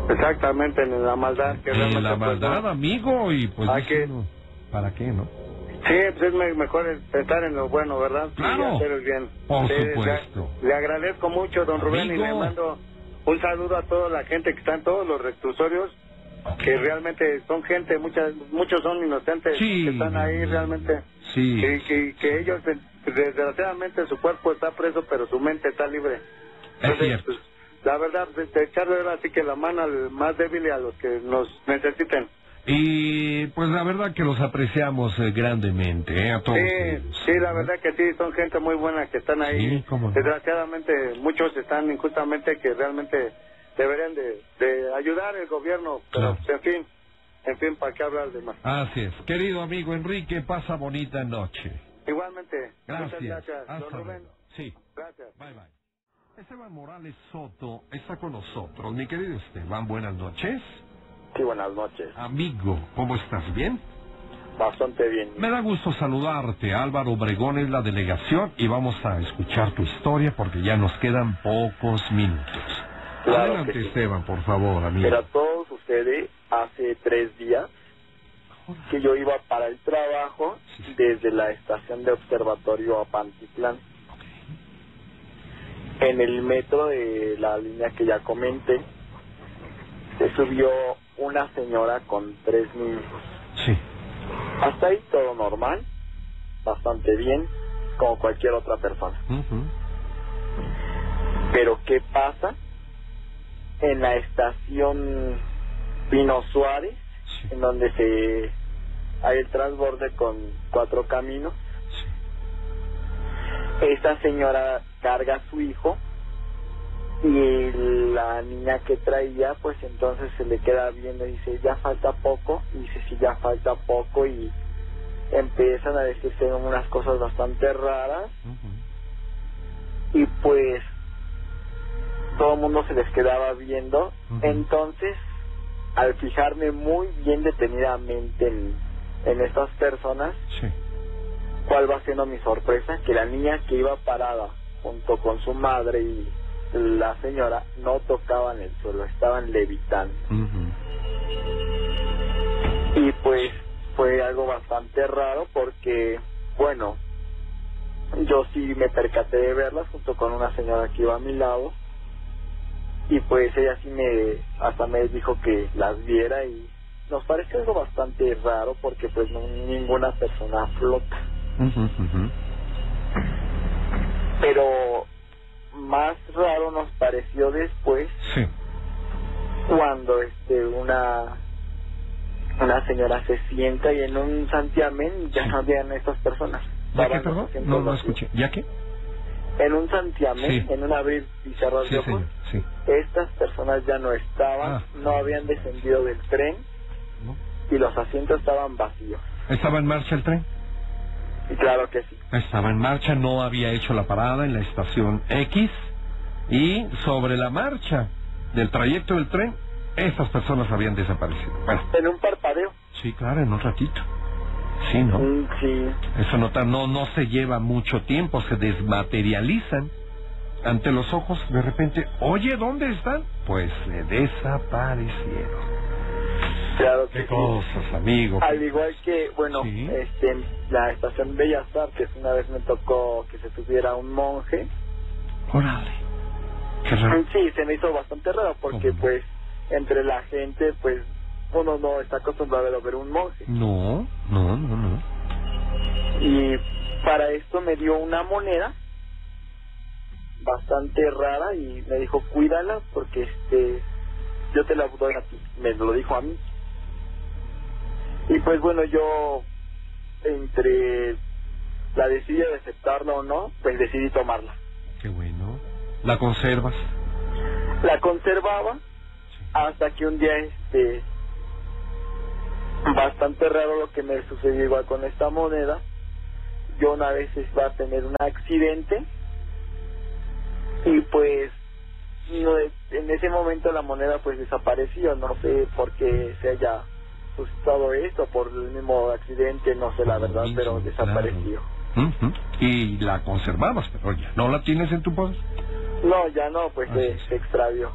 Speaker 2: exactamente en la maldad que realmente
Speaker 1: en la
Speaker 2: pues,
Speaker 1: maldad,
Speaker 2: no.
Speaker 1: amigo, y pues...
Speaker 2: Hay
Speaker 1: dice
Speaker 2: que-
Speaker 1: uno, ¿Para qué, no?
Speaker 2: sí pues es me- mejor es pensar en lo bueno verdad
Speaker 1: Claro.
Speaker 2: y hacer el bien
Speaker 1: Por
Speaker 2: Sí, le-
Speaker 1: supuesto.
Speaker 2: le, agradezco mucho don Rubén y
Speaker 1: Amigo.
Speaker 2: le mando un saludo a toda la gente que está en todos los reclusorios que realmente son gente muchas muchos son inocentes
Speaker 1: Sí.
Speaker 2: que están ahí realmente
Speaker 1: Sí.
Speaker 2: que, que- que ellos eh, desgraciadamente su cuerpo está preso pero su mente está libre
Speaker 1: Es
Speaker 2: Entonces,
Speaker 1: cierto.
Speaker 2: pues, la verdad pues, de echarle ahora sí que la mano al más débil y a los que nos necesiten
Speaker 1: Y pues la verdad que los apreciamos eh, grandemente, ¿eh? A todos.
Speaker 2: sí
Speaker 1: ellos.
Speaker 2: sí la verdad que sí son gente muy buena que están ahí
Speaker 1: Sí, cómo no.
Speaker 2: desgraciadamente muchos están injustamente que realmente deberían de, de ayudar el gobierno pero
Speaker 1: Claro.
Speaker 2: pues, en fin en fin para qué hablar de más
Speaker 1: Así es. Querido amigo Enrique, pasa bonita noche.
Speaker 2: igualmente
Speaker 1: Gracias.
Speaker 2: muchas gracias don
Speaker 1: Hasta
Speaker 2: Rubén
Speaker 1: luego. Sí.
Speaker 2: gracias
Speaker 1: Bye, bye. Esteban Morales Soto está con nosotros. Mi querido Esteban, buenas noches.
Speaker 4: Sí, buenas noches.
Speaker 1: Amigo, ¿cómo estás? ¿Bien?
Speaker 4: Bastante bien.
Speaker 1: Me da gusto saludarte. Álvaro Obregón es la delegación y vamos a escuchar tu historia porque ya nos quedan pocos minutos.
Speaker 4: Claro
Speaker 1: Adelante,
Speaker 4: que sí.
Speaker 1: Esteban, por favor, amigo.
Speaker 4: Pero todo sucede hace tres días que yo iba para el trabajo desde la estación de observatorio a Pantitlán. En el metro de la línea que ya comenté, se subió una señora con tres niños.
Speaker 1: Sí.
Speaker 4: Hasta ahí todo normal, bastante bien, como cualquier otra persona.
Speaker 1: Ujú.
Speaker 4: Pero ¿qué pasa? En la estación Pino Suárez,
Speaker 1: Sí.
Speaker 4: en donde se hay el transborde con cuatro caminos, esta señora carga a su hijo
Speaker 2: y la niña que traía pues entonces se le queda viendo y dice ya falta poco y dice sí ya falta poco y empiezan a decirse unas cosas bastante raras y pues todo el mundo se les quedaba viendo
Speaker 1: Ujú.
Speaker 2: entonces al fijarme muy bien detenidamente en, en estas personas
Speaker 1: Sí.
Speaker 2: cuál va siendo mi sorpresa que la niña que iba parada junto con su madre y la señora no tocaban el suelo, estaban levitando.
Speaker 1: Ujú.
Speaker 2: Y pues fue algo bastante raro porque, bueno, yo sí me percaté de verlas junto con una señora que iba a mi lado y pues ella sí me, hasta me dijo que las viera y nos parece algo bastante raro porque pues no- ninguna persona flota.
Speaker 1: Ujú, ujú.
Speaker 2: Pero más raro nos pareció después
Speaker 1: Sí.
Speaker 2: cuando este una una señora se sienta y en un santiamén ya
Speaker 1: Sí.
Speaker 2: no habían estas personas.
Speaker 1: ¿Ya qué,
Speaker 2: Estaban
Speaker 1: perdón?
Speaker 2: haciendo
Speaker 1: No, no
Speaker 2: vacío.
Speaker 1: escuché. ¿Ya qué?
Speaker 2: En un santiamén,
Speaker 1: Sí.
Speaker 2: en un abrir y cerrar
Speaker 1: Sí,
Speaker 2: de ojos,
Speaker 1: señor. Sí.
Speaker 2: estas personas ya no estaban,
Speaker 1: Ah.
Speaker 2: no habían descendido del tren
Speaker 1: ¿No?
Speaker 2: y los asientos estaban vacíos.
Speaker 1: ¿Estaba en marcha el tren?
Speaker 2: Y claro que sí.
Speaker 1: Estaba en marcha, no había hecho la parada en la estación X y sobre la marcha del trayecto del tren, esas personas habían desaparecido. Bueno,
Speaker 2: En un parpadeo.
Speaker 1: sí, claro, en un ratito. Sí, ¿no?
Speaker 2: Mm, Sí.
Speaker 1: Eso no, tan- no, no se lleva mucho tiempo, se desmaterializan ante los ojos de repente. Oye, ¿dónde están? Pues se desaparecieron.
Speaker 2: Claro que
Speaker 1: Qué
Speaker 2: sí.
Speaker 1: cosas, amigo.
Speaker 2: Al igual que, bueno,
Speaker 1: Sí.
Speaker 2: este, en la estación Bellas Artes una vez me tocó que se subiera un monje.
Speaker 1: Órale. Qué raro.
Speaker 2: Sí, se me hizo bastante raro porque,
Speaker 1: Ujú.
Speaker 2: pues, entre la gente, pues, uno no está acostumbrado a ver un monje.
Speaker 1: No, no, no, no.
Speaker 2: Y eh, para esto me dio una moneda bastante rara y me dijo, cuídala porque, este, yo te la doy a ti. Me lo dijo a mí. Y pues, bueno, yo, entre la decisión de aceptarla o no, pues decidí tomarla.
Speaker 1: Qué bueno. ¿La conservas?
Speaker 2: la conservaba hasta que un día este bastante raro lo que me sucedió igual con esta moneda yo una vez iba a tener un accidente y pues no, en ese momento la moneda pues desapareció no sé por qué se haya suscitado esto por el mismo accidente no sé la
Speaker 1: Por lo
Speaker 2: verdad
Speaker 1: mismo,
Speaker 2: pero
Speaker 1: claro.
Speaker 2: desapareció
Speaker 1: Ujú. Y la conservabas, pero ya no la tienes en tu poder.
Speaker 2: no ya no pues
Speaker 1: Ah,
Speaker 2: se-
Speaker 1: sí, sí.
Speaker 2: se extravió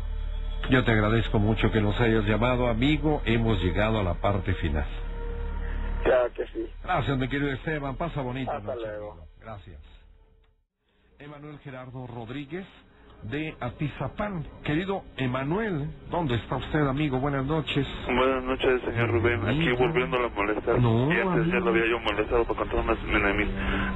Speaker 1: Yo te agradezco mucho que nos hayas llamado, amigo. Hemos llegado a la parte final.
Speaker 2: claro que sí
Speaker 1: Gracias, mi querido Esteban. Pasa bonito.
Speaker 2: Hasta luego.
Speaker 1: amigo. Gracias. Emanuel Gerardo Rodríguez de Atizapán. Querido Emanuel, ¿dónde está usted, amigo? Buenas noches.
Speaker 5: Buenas noches, señor Rubén. Aquí volviéndolo a molestar.
Speaker 1: No,
Speaker 5: ya, antes ya
Speaker 1: amigo.
Speaker 5: lo había yo molestado para contar unas de mis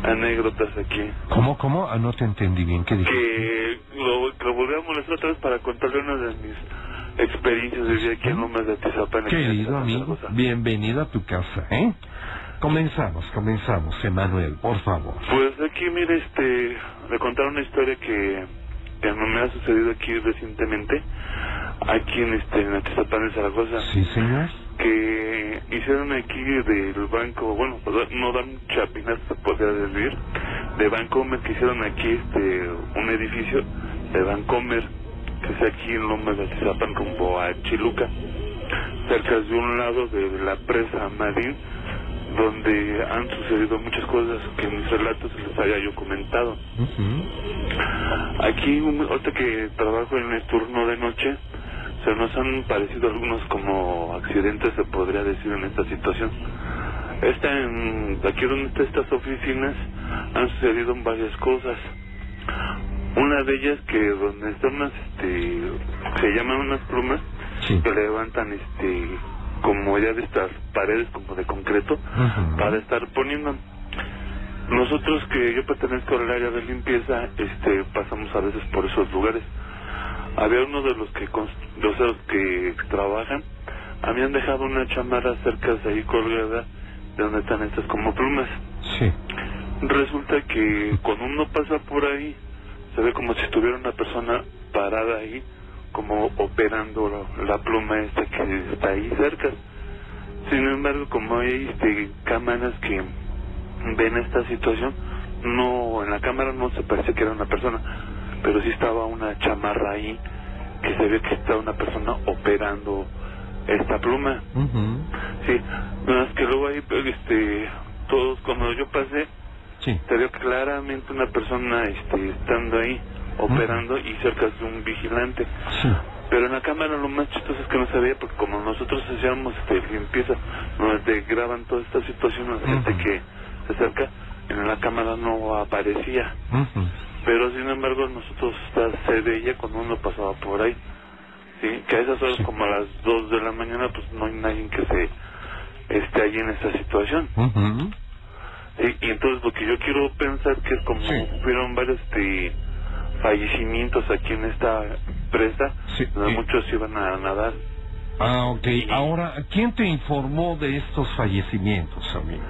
Speaker 5: anécdotas aquí.
Speaker 1: ¿Cómo, cómo? Ah, no te entendí bien. ¿Qué dijiste?
Speaker 5: Que lo, que lo volví a molestar otra vez para contarle una de mis experiencias de vida aquí en Lomas de Atizapán. aquí en
Speaker 1: Querido
Speaker 5: Atizapán,
Speaker 1: amigo,
Speaker 5: Zaragoza.
Speaker 1: bienvenido a tu casa, ¿eh? Comenzamos, comenzamos, Emanuel, por favor.
Speaker 5: Pues aquí, mire, este, le contar una historia que, que me ha sucedido aquí recientemente, aquí en, este, en Atizapán de Zaragoza.
Speaker 1: Sí, señor.
Speaker 5: que hicieron aquí del banco, bueno, pues, no dan chapinas, se podría decir, de Bancomer, que hicieron aquí este un edificio de Bancomer, que está aquí en Lomas de Atizapán, rumbo a Chiluca, cerca de un lado de la presa Madín, donde han sucedido muchas cosas que en mis relatos les había yo comentado.
Speaker 1: Ujú.
Speaker 5: Aquí, un- ahorita que trabajo en el turno de noche, se nos han parecido algunos como accidentes, se podría decir, en esta situación. Esta, en- aquí donde están estas oficinas han sucedido varias cosas. Una de ellas que donde están unas, este, se llaman unas plumas,
Speaker 1: Sí.
Speaker 5: que levantan, este, como ya de estas paredes como de concreto,
Speaker 1: Ujú.
Speaker 5: para estar poniendo. Nosotros que yo pertenezco al área de limpieza, este, pasamos a veces por esos lugares. Había uno de los que cons- de los que trabajan, habían dejado una chamarra cerca de ahí colgada de donde están estas como plumas.
Speaker 1: Sí.
Speaker 5: Resulta que cuando uno pasa por ahí, se ve como si estuviera una persona parada ahí como operando la, la pluma esta que está ahí cerca. Sin embargo, como hay este, cámaras que ven esta situación, no en la cámara no se pareció que era una persona, pero sí estaba una chamarra ahí que se ve que está una persona operando esta pluma.
Speaker 1: Ujú.
Speaker 5: Sí, nada más que luego ahí, pues, este, todos cuando yo pasé,
Speaker 1: Sí.
Speaker 5: se vio claramente una persona este, estando ahí operando y cerca de un vigilante.
Speaker 1: Sí.
Speaker 5: Pero en la cámara lo más chistoso es que no se veía, porque como nosotros hacíamos este, limpieza, donde graban toda esta situación, la gente
Speaker 1: Ujú.
Speaker 5: que se acerca, en la cámara no aparecía.
Speaker 1: Ujú.
Speaker 5: Pero sin embargo, nosotros hasta se veía cuando uno pasaba por ahí. ¿sí? Que a esas horas,
Speaker 1: Sí.
Speaker 5: como a las 2 de la mañana, pues no hay nadie que se esté ahí en esa situación.
Speaker 1: Ujú.
Speaker 5: Sí, y entonces lo que yo quiero pensar que es como
Speaker 1: Sí.
Speaker 5: hubieron varios este, fallecimientos aquí en esta presa,
Speaker 1: Sí,
Speaker 5: donde
Speaker 1: y-
Speaker 5: muchos iban a nadar.
Speaker 1: Ah, ok. Ahora, ¿quién te informó de estos fallecimientos, amigo?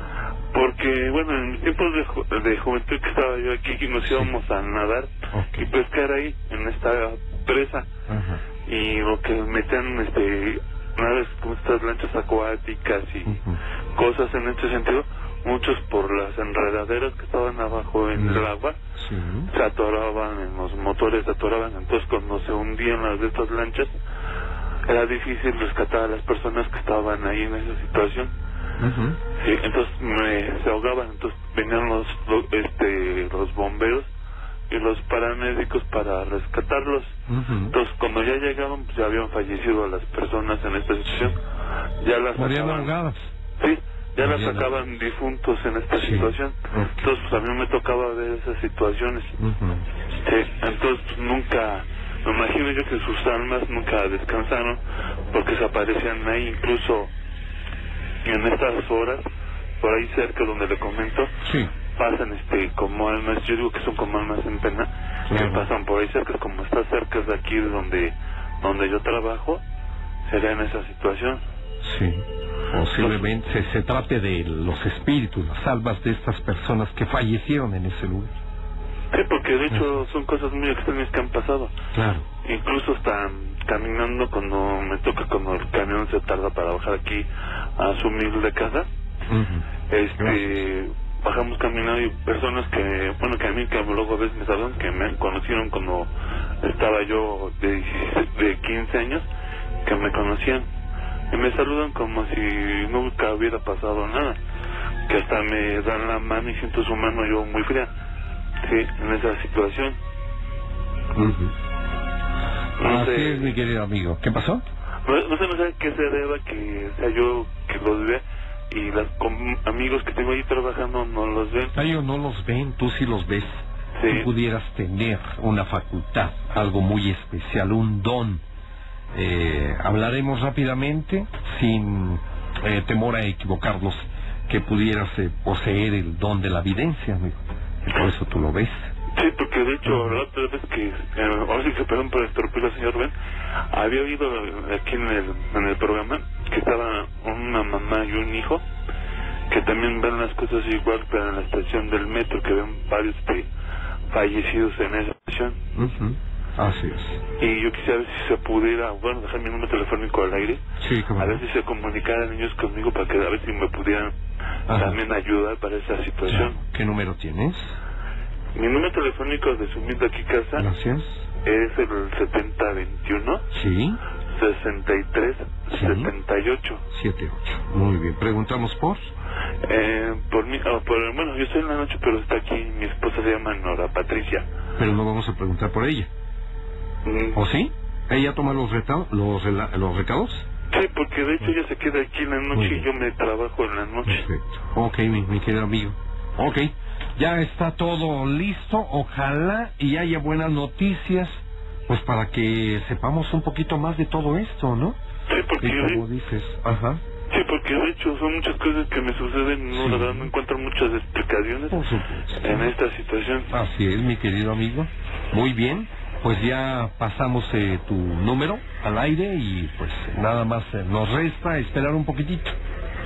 Speaker 5: Porque, bueno, en mis tiempos de, ju- de juventud que estaba yo aquí, que nos
Speaker 1: Sí.
Speaker 5: íbamos a nadar
Speaker 1: Ok.
Speaker 5: y pescar ahí, en esta presa.
Speaker 1: Ajá.
Speaker 5: Y lo que metían, este, naves como estas lanchas acuáticas y
Speaker 1: Ujú.
Speaker 5: cosas en este sentido, muchos por las enredaderas que estaban abajo en el agua,
Speaker 1: Sí.
Speaker 5: se atoraban en los motores, se atoraban. Entonces, cuando se hundían las de estas lanchas, era difícil rescatar a las personas que estaban ahí en esa situación.
Speaker 1: Ujú.
Speaker 5: Sí, entonces me, se ahogaban, entonces venían los, lo- este, los bomberos y los paramédicos para rescatarlos.
Speaker 1: Ujú.
Speaker 5: Entonces, cuando ya llegaban, pues ya habían fallecido las personas en esta situación. Ya las
Speaker 1: Morían
Speaker 5: sacaban-
Speaker 1: ahogadas.
Speaker 5: Sí, ya las
Speaker 1: Morían
Speaker 5: sacaban difuntos en esta
Speaker 1: Sí.
Speaker 5: situación.
Speaker 1: Ok.
Speaker 5: Entonces, pues a mí me tocaba ver esas situaciones.
Speaker 1: Ujú.
Speaker 5: Sí, Este, entonces nunca, me imagino yo que sus almas nunca descansaron porque se aparecían ahí incluso en estas horas, por ahí cerca donde le comento,
Speaker 1: Sí.
Speaker 5: pasan este como almas, yo digo que son como almas en pena, que
Speaker 1: Claro.
Speaker 5: pasan por ahí cerca, como está cerca de aquí donde, donde yo trabajo, sería en esa situación.
Speaker 1: Sí. Posiblemente se, se trate de los espíritus, las almas de estas personas que fallecieron en ese lugar.
Speaker 5: Sí, porque de hecho son cosas muy extrañas que han pasado.
Speaker 1: Claro.
Speaker 5: Incluso hasta mm, caminando cuando me toca, cuando el camión se tarda para bajar aquí a asumir de casa,
Speaker 1: Ujú.
Speaker 5: este bajamos caminando y personas que, bueno, que a mí que luego a veces me saludan, que me conocieron cuando estaba yo de, 16 de 15 años, que me conocían. Y me saludan como si nunca hubiera pasado nada. Que hasta me dan la mano y siento su mano yo muy fría. Sí, en esa situación.
Speaker 1: Ujú.
Speaker 5: No
Speaker 1: Así
Speaker 5: sé.
Speaker 1: es, mi querido amigo. ¿Qué pasó?
Speaker 5: No, no sé, no sé a qué se deba que sea yo que los vea y los amigos que tengo ahí trabajando no los ven.
Speaker 1: A Ellos no los ven, tú sí los ves.
Speaker 5: Sí.
Speaker 1: Tú pudieras tener una facultad, algo muy especial, un don. Eh, hablaremos rápidamente, sin eh, temor a equivocarnos, que pudieras eh, poseer el don de la evidencia, amigo. Y por eso tú lo ves.
Speaker 5: Sí, porque de hecho la otra vez que, eh, ahora sí que perdón por estorpirlo, señor Ben, había oído aquí en el, en el programa que estaba una mamá y un hijo que también ven las cosas igual, pero en la estación del metro, que ven varios este, fallecidos en esa estación.
Speaker 1: Ujú. Así es.
Speaker 5: Y yo quisiera ver si se pudiera, bueno, dejar mi número telefónico al aire.
Speaker 1: Sí, cómo
Speaker 5: A
Speaker 1: no.
Speaker 5: ver si se comunicaran ellos conmigo para que a ver si me pudieran
Speaker 1: Ajá.
Speaker 5: también ayudar para esa situación.
Speaker 1: ¿Qué número tienes?
Speaker 5: Mi número telefónico de Sumido aquí casa
Speaker 1: Gracias.
Speaker 5: es el 7021
Speaker 1: Sí,
Speaker 5: 63
Speaker 1: Sí.
Speaker 5: 78.
Speaker 1: 7-8. Muy bien. Preguntamos por.
Speaker 5: Eh, por mí, ah, por, bueno, yo estoy en la noche, pero está aquí. Mi esposa se llama Nora Patricia.
Speaker 1: Pero no vamos a preguntar por ella.
Speaker 5: Mm,
Speaker 1: ¿O sí? ¿Ella toma los, reta- los, rela- los recados?
Speaker 5: Sí, porque de hecho ella se queda aquí en la
Speaker 1: Muy
Speaker 5: noche
Speaker 1: bien.
Speaker 5: y yo me trabajo en la noche.
Speaker 1: Perfecto. Ok, mi, mi querido amigo. Ok, ya está todo listo. Ojalá y haya buenas noticias, pues para que sepamos un poquito más de todo esto, ¿no?
Speaker 5: Sí, porque
Speaker 1: Y
Speaker 5: yo
Speaker 1: como dices, ajá,
Speaker 5: Sí, porque de hecho son muchas cosas que me suceden, no,
Speaker 1: Sí.
Speaker 5: la verdad no encuentro muchas explicaciones
Speaker 1: por supuesto.
Speaker 5: en esta situación.
Speaker 1: Así es, mi querido amigo. Muy bien, pues ya pasamos eh, tu número al aire y pues nada más eh, nos resta esperar un poquitito.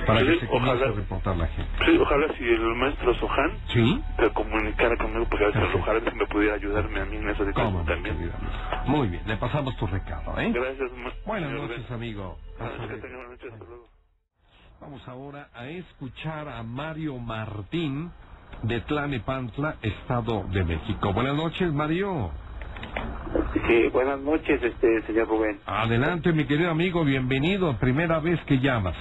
Speaker 1: para
Speaker 5: Sí,
Speaker 1: que se comience
Speaker 5: ojalá.
Speaker 1: a reportar la gente.
Speaker 5: Sí, ojalá si el maestro Sohan
Speaker 1: ¿Sí?
Speaker 5: se comunicara conmigo, porque a veces
Speaker 1: Perfecto.
Speaker 5: ojalá si me pudiera ayudarme a mí en eso de
Speaker 1: Cómo no,
Speaker 5: también.
Speaker 1: querido amigo. Muy bien, le pasamos tu recado, ¿eh?
Speaker 5: Gracias, ma-
Speaker 1: Buenas
Speaker 5: señor
Speaker 1: noches,
Speaker 5: Ben.
Speaker 1: amigo.
Speaker 5: Buenas noches, que tengan buenas noches, hasta luego.
Speaker 1: Vamos ahora a escuchar a Mario Martín de Tlanepantla, Estado de México. Buenas noches, Mario.
Speaker 2: Sí, buenas noches, este señor Rubén.
Speaker 1: Adelante, mi querido amigo, bienvenido. Primera vez que llamas.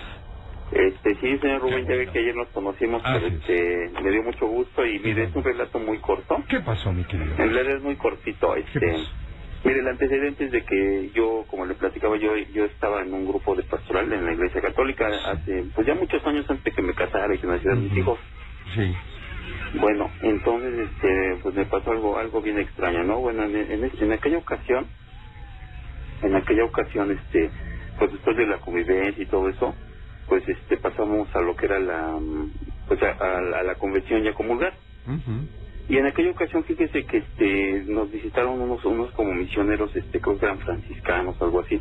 Speaker 2: Este, sí, señor
Speaker 1: Qué
Speaker 2: Rubén, ya ve
Speaker 1: bueno.
Speaker 2: que ayer nos conocimos, pero
Speaker 1: Así
Speaker 2: este, me dio mucho gusto y mire, es un relato muy corto.
Speaker 1: ¿Qué pasó, mi querido?
Speaker 2: En realidad es muy cortito,
Speaker 1: ¿Qué
Speaker 2: este.
Speaker 1: pasó?
Speaker 2: Mire, el antecedente es de que yo, como le platicaba, yo yo estaba en un grupo de pastoral en la iglesia católica hace, pues ya muchos años antes de que me casara y que nacieran mis
Speaker 1: Ujú.
Speaker 2: hijos.
Speaker 1: Sí.
Speaker 2: Bueno, entonces, este, pues me pasó algo, algo bien extraño, ¿no? Bueno, en, en, es- en aquella ocasión, en aquella ocasión, este, pues después de la convivencia y todo eso, pues este, pasamos a lo que era la, mm, pues a, a- a la convención y a comulgar.
Speaker 1: Ujú.
Speaker 2: Y en aquella ocasión, fíjese que este, nos visitaron unos, unos como misioneros, este, creo que eran franciscanos, algo así.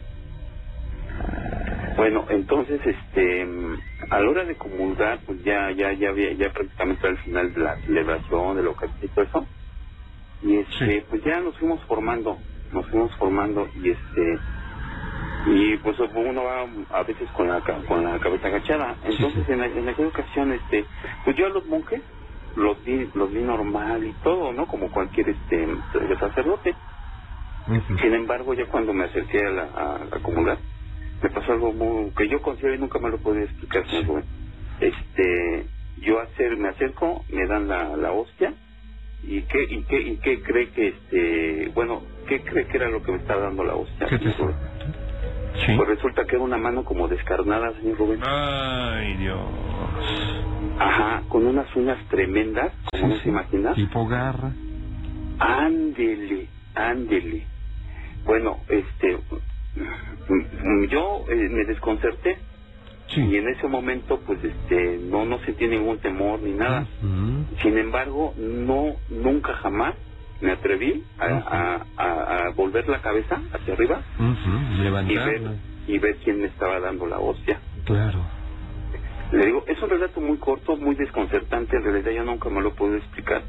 Speaker 2: Bueno, entonces, este, mm, a la hora de comulgar, pues ya, ya, ya, había- ya prácticamente al final de la celebración, de lo que y todo eso. Y este,
Speaker 1: Sí.
Speaker 2: pues ya nos fuimos formando, nos fuimos formando y este, y pues uno va a veces con la, ca- con la cabeza agachada. Entonces,
Speaker 1: sí.
Speaker 2: En, a- en aquella ocasión, este, pues yo a los monjes los vi, los vi normal y todo, ¿no? Como cualquier este sacerdote.
Speaker 1: Ujú.
Speaker 2: Sin embargo, ya cuando me acerqué a la, a, a comulgar, me pasó algo muy, que yo considero y nunca me lo podía explicar, señor Rubén. Este, yo hacer, me acerco, me dan la, la hostia, y qué, y qué, y qué cree que este, bueno, qué cree que era lo que me estaba dando la hostia.
Speaker 1: ¿Qué te
Speaker 2: señor Rubén?
Speaker 1: Sí.
Speaker 2: Pues resulta que era una mano como descarnada, señor Rubén.
Speaker 1: Ay, Dios.
Speaker 2: Ajá, con unas uñas tremendas, como no se imagina.
Speaker 1: Tipo garra.
Speaker 2: Ándele, ándele. Bueno, este, m- m- yo eh, me desconcerté y
Speaker 1: Sí.
Speaker 2: en ese momento, pues, este, no, no sentí ningún temor ni nada.
Speaker 1: Ujú.
Speaker 2: Sin embargo, no, nunca jamás me atreví a, a- a- a volver la cabeza hacia arriba
Speaker 1: Ujú.
Speaker 2: y ver,
Speaker 1: Levantarla.
Speaker 2: y ver quién me estaba dando la hostia.
Speaker 1: Claro.
Speaker 2: Le digo, es un relato muy corto, muy desconcertante, en realidad yo nunca me lo puedo explicar.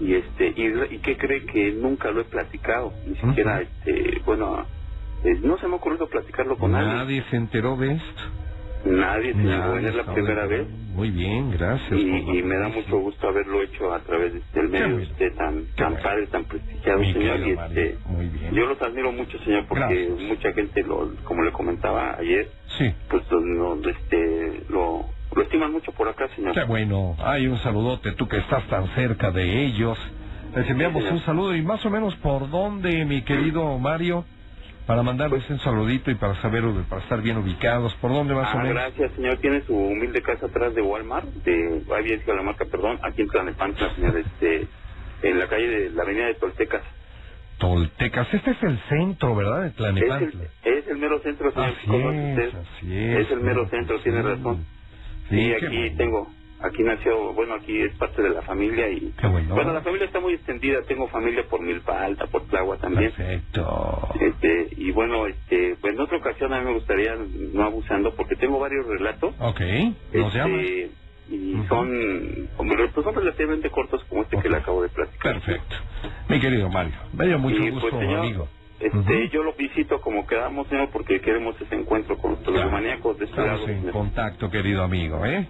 Speaker 2: Y este, y, y qué cree que nunca lo he platicado, ni siquiera,
Speaker 1: Ujú.
Speaker 2: este, bueno, eh, no se me ha ocurrido platicarlo con nadie.
Speaker 1: Nadie se enteró de esto.
Speaker 2: Nadie, señor
Speaker 1: Nadie
Speaker 2: Rubén, es la
Speaker 1: estaba
Speaker 2: primera
Speaker 1: enterado.
Speaker 2: vez.
Speaker 1: Muy bien, gracias.
Speaker 2: Y,
Speaker 1: por la
Speaker 2: y me da mucho
Speaker 1: noticia.
Speaker 2: gusto haberlo hecho a través de- del medio de
Speaker 1: bueno.
Speaker 2: usted tan,
Speaker 1: Qué
Speaker 2: tan
Speaker 1: bueno.
Speaker 2: padre, tan prestigiado,
Speaker 1: Mi
Speaker 2: señor.
Speaker 1: querido
Speaker 2: Y
Speaker 1: Mario,
Speaker 2: este,
Speaker 1: muy bien.
Speaker 2: yo los admiro mucho, señor, porque
Speaker 1: Gracias.
Speaker 2: mucha gente, lo, como le comentaba ayer,
Speaker 1: Sí.
Speaker 2: pues no, este, lo, lo estiman mucho por acá, señor.
Speaker 1: Qué bueno. Hay un saludote, tú que estás tan cerca de ellos. Les enviamos
Speaker 2: Sí,
Speaker 1: un
Speaker 2: señor.
Speaker 1: saludo. ¿Y más o menos por dónde, mi querido Mario? Para mandarles un saludito y para saber, para estar bien ubicados. ¿Por dónde más o
Speaker 2: Ah,
Speaker 1: menos?
Speaker 2: gracias, señor. Tiene su humilde casa atrás de Walmart, de ahí es la marca, perdón, aquí en Tlanepantla, señor, este, en la calle de la avenida de Toltecas.
Speaker 1: Toltecas. Este es el centro, ¿verdad? De
Speaker 2: Es
Speaker 1: Tlanepantla.
Speaker 2: el, es el mero centro, señor.
Speaker 1: Así
Speaker 2: ¿Conoce
Speaker 1: Ah, es,
Speaker 2: usted?
Speaker 1: así es.
Speaker 2: Es el mero centro, tiene
Speaker 1: Sí.
Speaker 2: razón.
Speaker 1: Sí,
Speaker 2: y
Speaker 1: qué
Speaker 2: aquí
Speaker 1: bueno.
Speaker 2: tengo, aquí nació, bueno, aquí es parte de la familia y...
Speaker 1: Qué bueno.
Speaker 2: Bueno, la familia está muy extendida, tengo familia por Milpa Alta, por Tlagua también.
Speaker 1: Perfecto.
Speaker 2: Este, y bueno, este, pues en otra ocasión a mí me gustaría, no abusando, porque tengo varios relatos,
Speaker 1: Ok, nos
Speaker 2: Este,
Speaker 1: llamas.
Speaker 2: Y
Speaker 1: Ujú.
Speaker 2: son, hombre, pues son relativamente cortos como este que le acabo de platicar.
Speaker 1: Perfecto. Mi querido Mario, me dio mucho
Speaker 2: Y,
Speaker 1: gusto,
Speaker 2: pues, señor,
Speaker 1: amigo.
Speaker 2: Este,
Speaker 1: Ujú.
Speaker 2: Yo lo visito como quedamos, señor, porque queremos ese encuentro con los maníacos de este lado.
Speaker 1: Estamos en
Speaker 2: señor.
Speaker 1: contacto, querido amigo, ¿eh?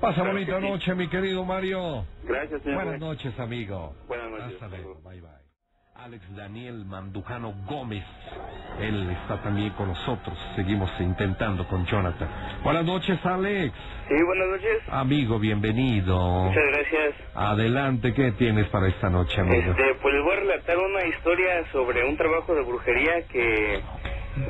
Speaker 1: Pasa
Speaker 2: Claro
Speaker 1: bonita
Speaker 2: que sí.
Speaker 1: noche, mi querido Mario.
Speaker 2: Gracias, señor.
Speaker 1: Buenas noches, amigo.
Speaker 2: Buenas noches.
Speaker 1: Hasta luego. Bye, bye. Alex Daniel Mandujano Gómez. Él está también con nosotros. Seguimos intentando con Jonathan. Buenas noches, Alex.
Speaker 6: Sí, buenas noches.
Speaker 1: Amigo, bienvenido.
Speaker 6: Muchas gracias.
Speaker 1: Adelante, ¿qué tienes para esta noche, amigo?
Speaker 6: Este, pues les voy a relatar una historia sobre un trabajo de brujería que,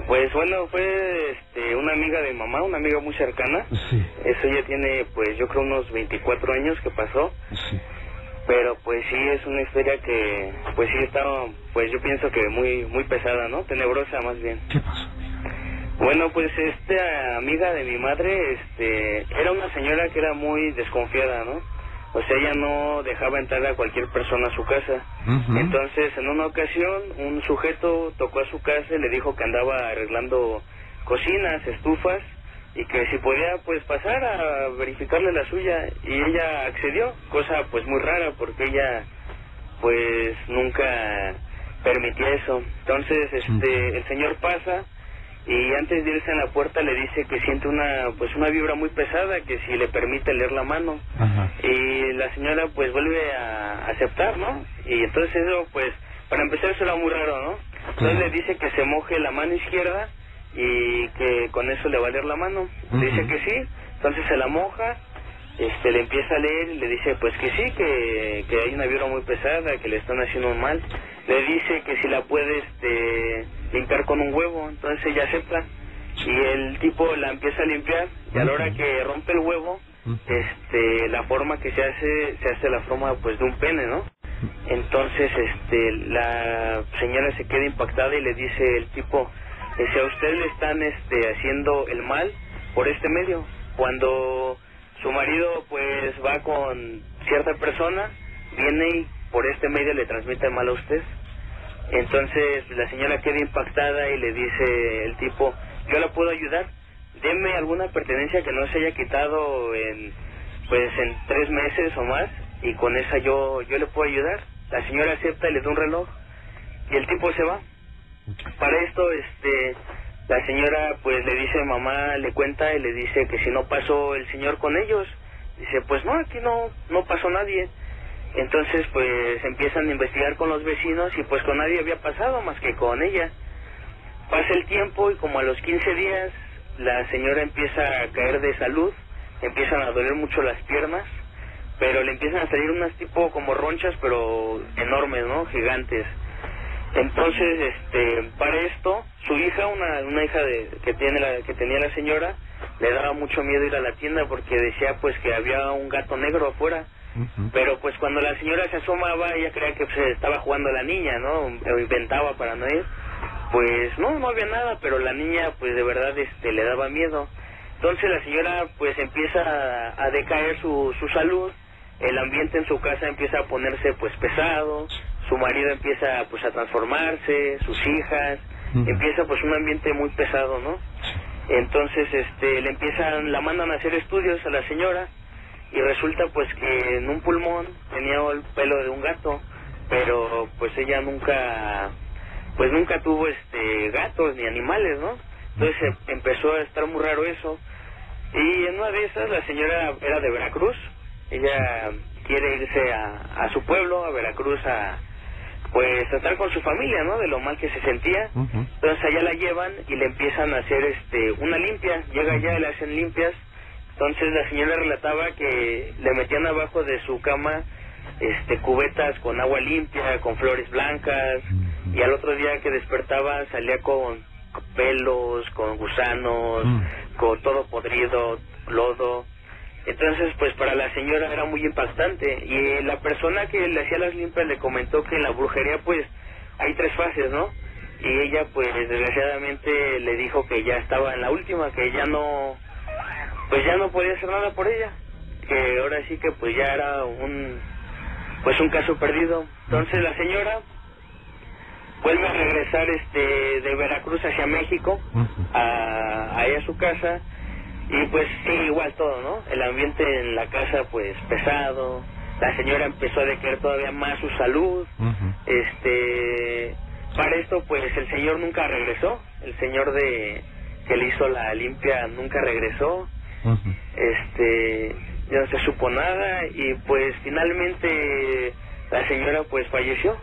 Speaker 6: pues bueno, fue este, una amiga de mi mamá, una amiga muy cercana.
Speaker 1: Sí,
Speaker 6: Eso ya tiene, pues yo creo unos 24 años que pasó,
Speaker 1: sí.
Speaker 6: pero pues sí es una historia que, pues sí estaba, pues yo pienso que muy, muy pesada, ¿no? Tenebrosa más bien.
Speaker 1: ¿Qué pasó, amigo?
Speaker 6: Bueno, pues esta amiga de mi madre, este, era una señora que era muy desconfiada, ¿no? O sea, ella no dejaba entrar a cualquier persona a su casa.
Speaker 1: Ujú.
Speaker 6: Entonces, en una ocasión, un sujeto tocó a su casa y le dijo que andaba arreglando cocinas, estufas y que si podía pues pasar a verificarle la suya y ella accedió, cosa pues muy rara porque ella pues nunca permitía eso. Entonces este el señor pasa y antes de irse a la puerta le dice que siente una pues una vibra muy pesada que si le permite leer la mano
Speaker 1: Ajá.
Speaker 6: y la señora pues vuelve a aceptar, ¿no? Y entonces eso pues para empezar se era muy raro, ¿no? Entonces
Speaker 1: Claro.
Speaker 6: le dice que se moje la mano izquierda y que con eso le va a leer la mano. Le dice
Speaker 1: Ujú.
Speaker 6: que sí, entonces se la moja, este le empieza a leer y le dice pues que sí, que, que hay una vibra muy pesada, que le están haciendo un mal. Le dice que si la puede este, limpiar con un huevo, entonces ella acepta. Y el tipo la empieza a limpiar y a la hora
Speaker 1: Ujú.
Speaker 6: que rompe el huevo,
Speaker 1: Ujú.
Speaker 6: este la forma que se hace se hace la forma pues de un pene no entonces este la señora se queda impactada y le dice el tipo eh, si a usted le están este haciendo el mal por este medio cuando su marido pues va con cierta persona viene y por este medio le transmite el mal a usted entonces la señora queda impactada y le dice el tipo, yo la puedo ayudar, deme alguna pertenencia que no se haya quitado en, pues, en tres meses o más y con esa yo, yo le puedo ayudar. La señora acepta y le da un reloj y el tipo se va. Para esto, este, la señora pues le dice mamá, le cuenta y le dice que si no pasó el señor con ellos, dice pues no, aquí no, no pasó nadie. Entonces pues empiezan a investigar con los vecinos y pues con nadie había pasado más que con ella. Pasa el tiempo y como a los 15 días la señora empieza a caer de salud, empiezan a doler mucho las piernas, pero le empiezan a salir unas tipo como ronchas pero enormes, ¿no? Gigantes. Entonces, este, para esto, su hija, una, una hija de, que tiene la, que tenía la señora, le daba mucho miedo ir a la tienda porque decía pues que había un gato negro afuera.
Speaker 1: Ujú.
Speaker 6: Pero pues cuando la señora se asomaba, ella creía que se estaba jugando a la niña, ¿no? O inventaba para no ir. Pues no, no había nada, pero la niña pues de verdad este le daba miedo. Entonces la señora pues empieza a, a decaer su, su salud, el ambiente en su casa empieza a ponerse pues pesado, su marido empieza pues a transformarse, sus hijas,
Speaker 1: Ujú.
Speaker 6: empieza pues un ambiente muy pesado, ¿no? Entonces, este, le empiezan, la mandan a hacer estudios a la señora y resulta pues que en un pulmón tenía el pelo de un gato, pero pues ella nunca, pues nunca tuvo este gatos ni animales, ¿no? Entonces em- empezó a estar muy raro eso. Y en una de esas la señora era de Veracruz, ella quiere irse a, a su pueblo, a Veracruz, a pues a estar con su familia, ¿no? De lo mal que se sentía.
Speaker 1: Ujú.
Speaker 6: Entonces allá la llevan y le empiezan a hacer este una limpia. Llega allá y le hacen limpias. Entonces la señora relataba que le metían abajo de su cama este cubetas con agua limpia, con flores blancas y al otro día que despertaba salía con pelos, con gusanos,
Speaker 1: Mm.
Speaker 6: con todo podrido, lodo. Entonces, pues para la señora era muy impactante y eh, la persona que le hacía las limpias le comentó que en la brujería pues hay tres fases, ¿no? Y ella pues desgraciadamente le dijo que ya estaba en la última, que ya no pues ya no podía hacer nada por ella, que ahora sí que pues ya era un pues un caso perdido. Entonces la señora vuelve a regresar este de Veracruz hacia México
Speaker 1: Ujú.
Speaker 6: a, ahí a su casa y pues sí, igual todo, ¿no? El ambiente en la casa pues pesado, la señora empezó a decaer todavía más su salud,
Speaker 1: Ujú.
Speaker 6: este para esto pues el señor nunca regresó, el señor de que le hizo la limpia nunca regresó,
Speaker 1: Ujú.
Speaker 6: este ya no se supo nada y pues finalmente la señora pues falleció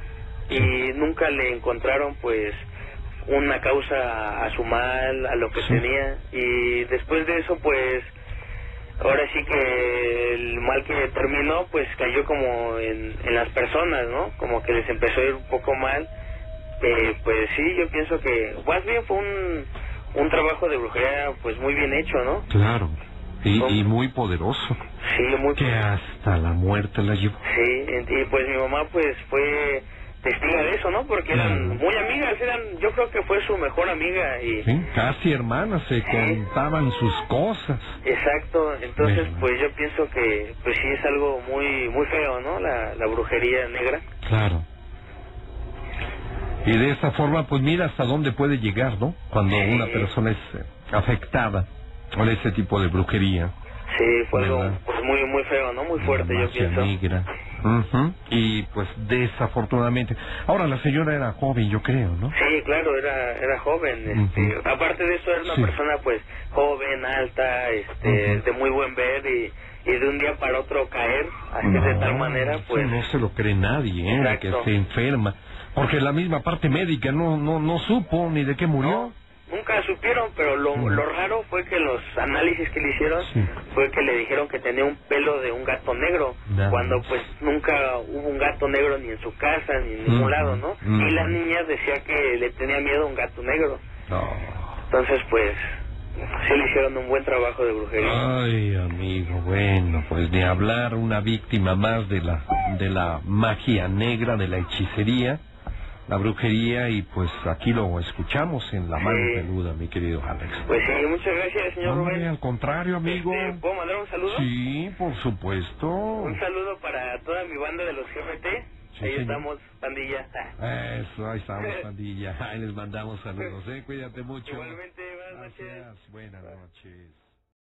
Speaker 6: y nunca le encontraron pues una causa a su mal, a lo que
Speaker 1: Sí.
Speaker 6: tenía y después de eso pues ahora sí que el mal que terminó pues cayó como en, en las personas, ¿no? Como que les empezó a ir un poco mal. Eh, pues sí, yo pienso que más bien fue un, un trabajo de brujería pues muy bien hecho, ¿no?
Speaker 1: Claro. Y, y muy poderoso.
Speaker 6: Sí, muy
Speaker 1: Que hasta la muerte la llevó.
Speaker 6: Sí, ent- y pues mi mamá pues fue testigo de eso, ¿no? Porque eran
Speaker 1: Claro.
Speaker 6: muy amigas, eran, yo creo que fue su mejor amiga y...
Speaker 1: Sí, Casi hermanas
Speaker 6: ¿Eh?
Speaker 1: se contaban sus cosas.
Speaker 6: Exacto, entonces
Speaker 1: Bueno.
Speaker 6: pues yo pienso que pues sí es algo muy muy feo, ¿no? La, la brujería negra.
Speaker 1: Claro. Y de esa forma, pues mira hasta dónde puede llegar, ¿no? Cuando
Speaker 6: Sí.
Speaker 1: una persona es eh, afectada Con ese tipo de brujería.
Speaker 6: Sí, fue algo
Speaker 1: ¿Verdad?
Speaker 6: pues, muy, muy feo, ¿no? Muy fuerte,
Speaker 1: La
Speaker 6: yo
Speaker 1: magia
Speaker 6: pienso.
Speaker 1: negra. Ujú. Y pues desafortunadamente. Ahora la señora era joven, yo creo, ¿no?
Speaker 6: Sí, claro, era era joven. Este,
Speaker 1: Ujú.
Speaker 6: Aparte de eso, era una
Speaker 1: Sí.
Speaker 6: persona pues joven, alta, este,
Speaker 1: Ujú.
Speaker 6: de muy buen ver y, y de un día para otro caer así de
Speaker 1: No,
Speaker 6: tal manera,
Speaker 1: eso
Speaker 6: pues
Speaker 1: no se lo cree nadie, ¿eh? de que
Speaker 6: Exacto.
Speaker 1: se enferma. Porque la misma parte médica no no no supo ni de qué murió.
Speaker 6: nunca supieron, pero lo,
Speaker 1: Ujú.
Speaker 6: lo raro fue que los análisis que le hicieron
Speaker 1: Sí.
Speaker 6: fue que le dijeron que tenía un pelo de un gato negro,
Speaker 1: Nada
Speaker 6: cuando
Speaker 1: más.
Speaker 6: pues nunca hubo un gato negro ni en su casa ni en ningún
Speaker 1: Ujú,
Speaker 6: lado, ¿no?
Speaker 1: ujú.
Speaker 6: Y la niña decía que le tenía miedo a un gato negro.
Speaker 1: No.
Speaker 6: Entonces, pues, sí le hicieron un buen trabajo de
Speaker 1: Ah.
Speaker 6: brujería.
Speaker 1: Ay, amigo, bueno, pues de hablar una víctima más de la de la magia negra, de la hechicería, la brujería y pues aquí lo escuchamos en la mano
Speaker 6: Sí.
Speaker 1: peluda, mi querido Alex.
Speaker 6: Pues sí, muchas gracias, señor
Speaker 1: Hombre,
Speaker 6: Rubén.
Speaker 1: al contrario, amigo.
Speaker 6: Este, ¿Puedo mandar un saludo?
Speaker 1: Sí, por supuesto.
Speaker 6: Un saludo para toda mi banda de los GFT.
Speaker 1: Sí,
Speaker 6: Ahí
Speaker 1: señor.
Speaker 6: estamos, pandilla.
Speaker 1: Eso, ahí estamos, pandilla. Ahí les mandamos saludos, eh. Cuídate mucho.
Speaker 6: Igualmente, buenas noches.
Speaker 1: Gracias, buenas noches.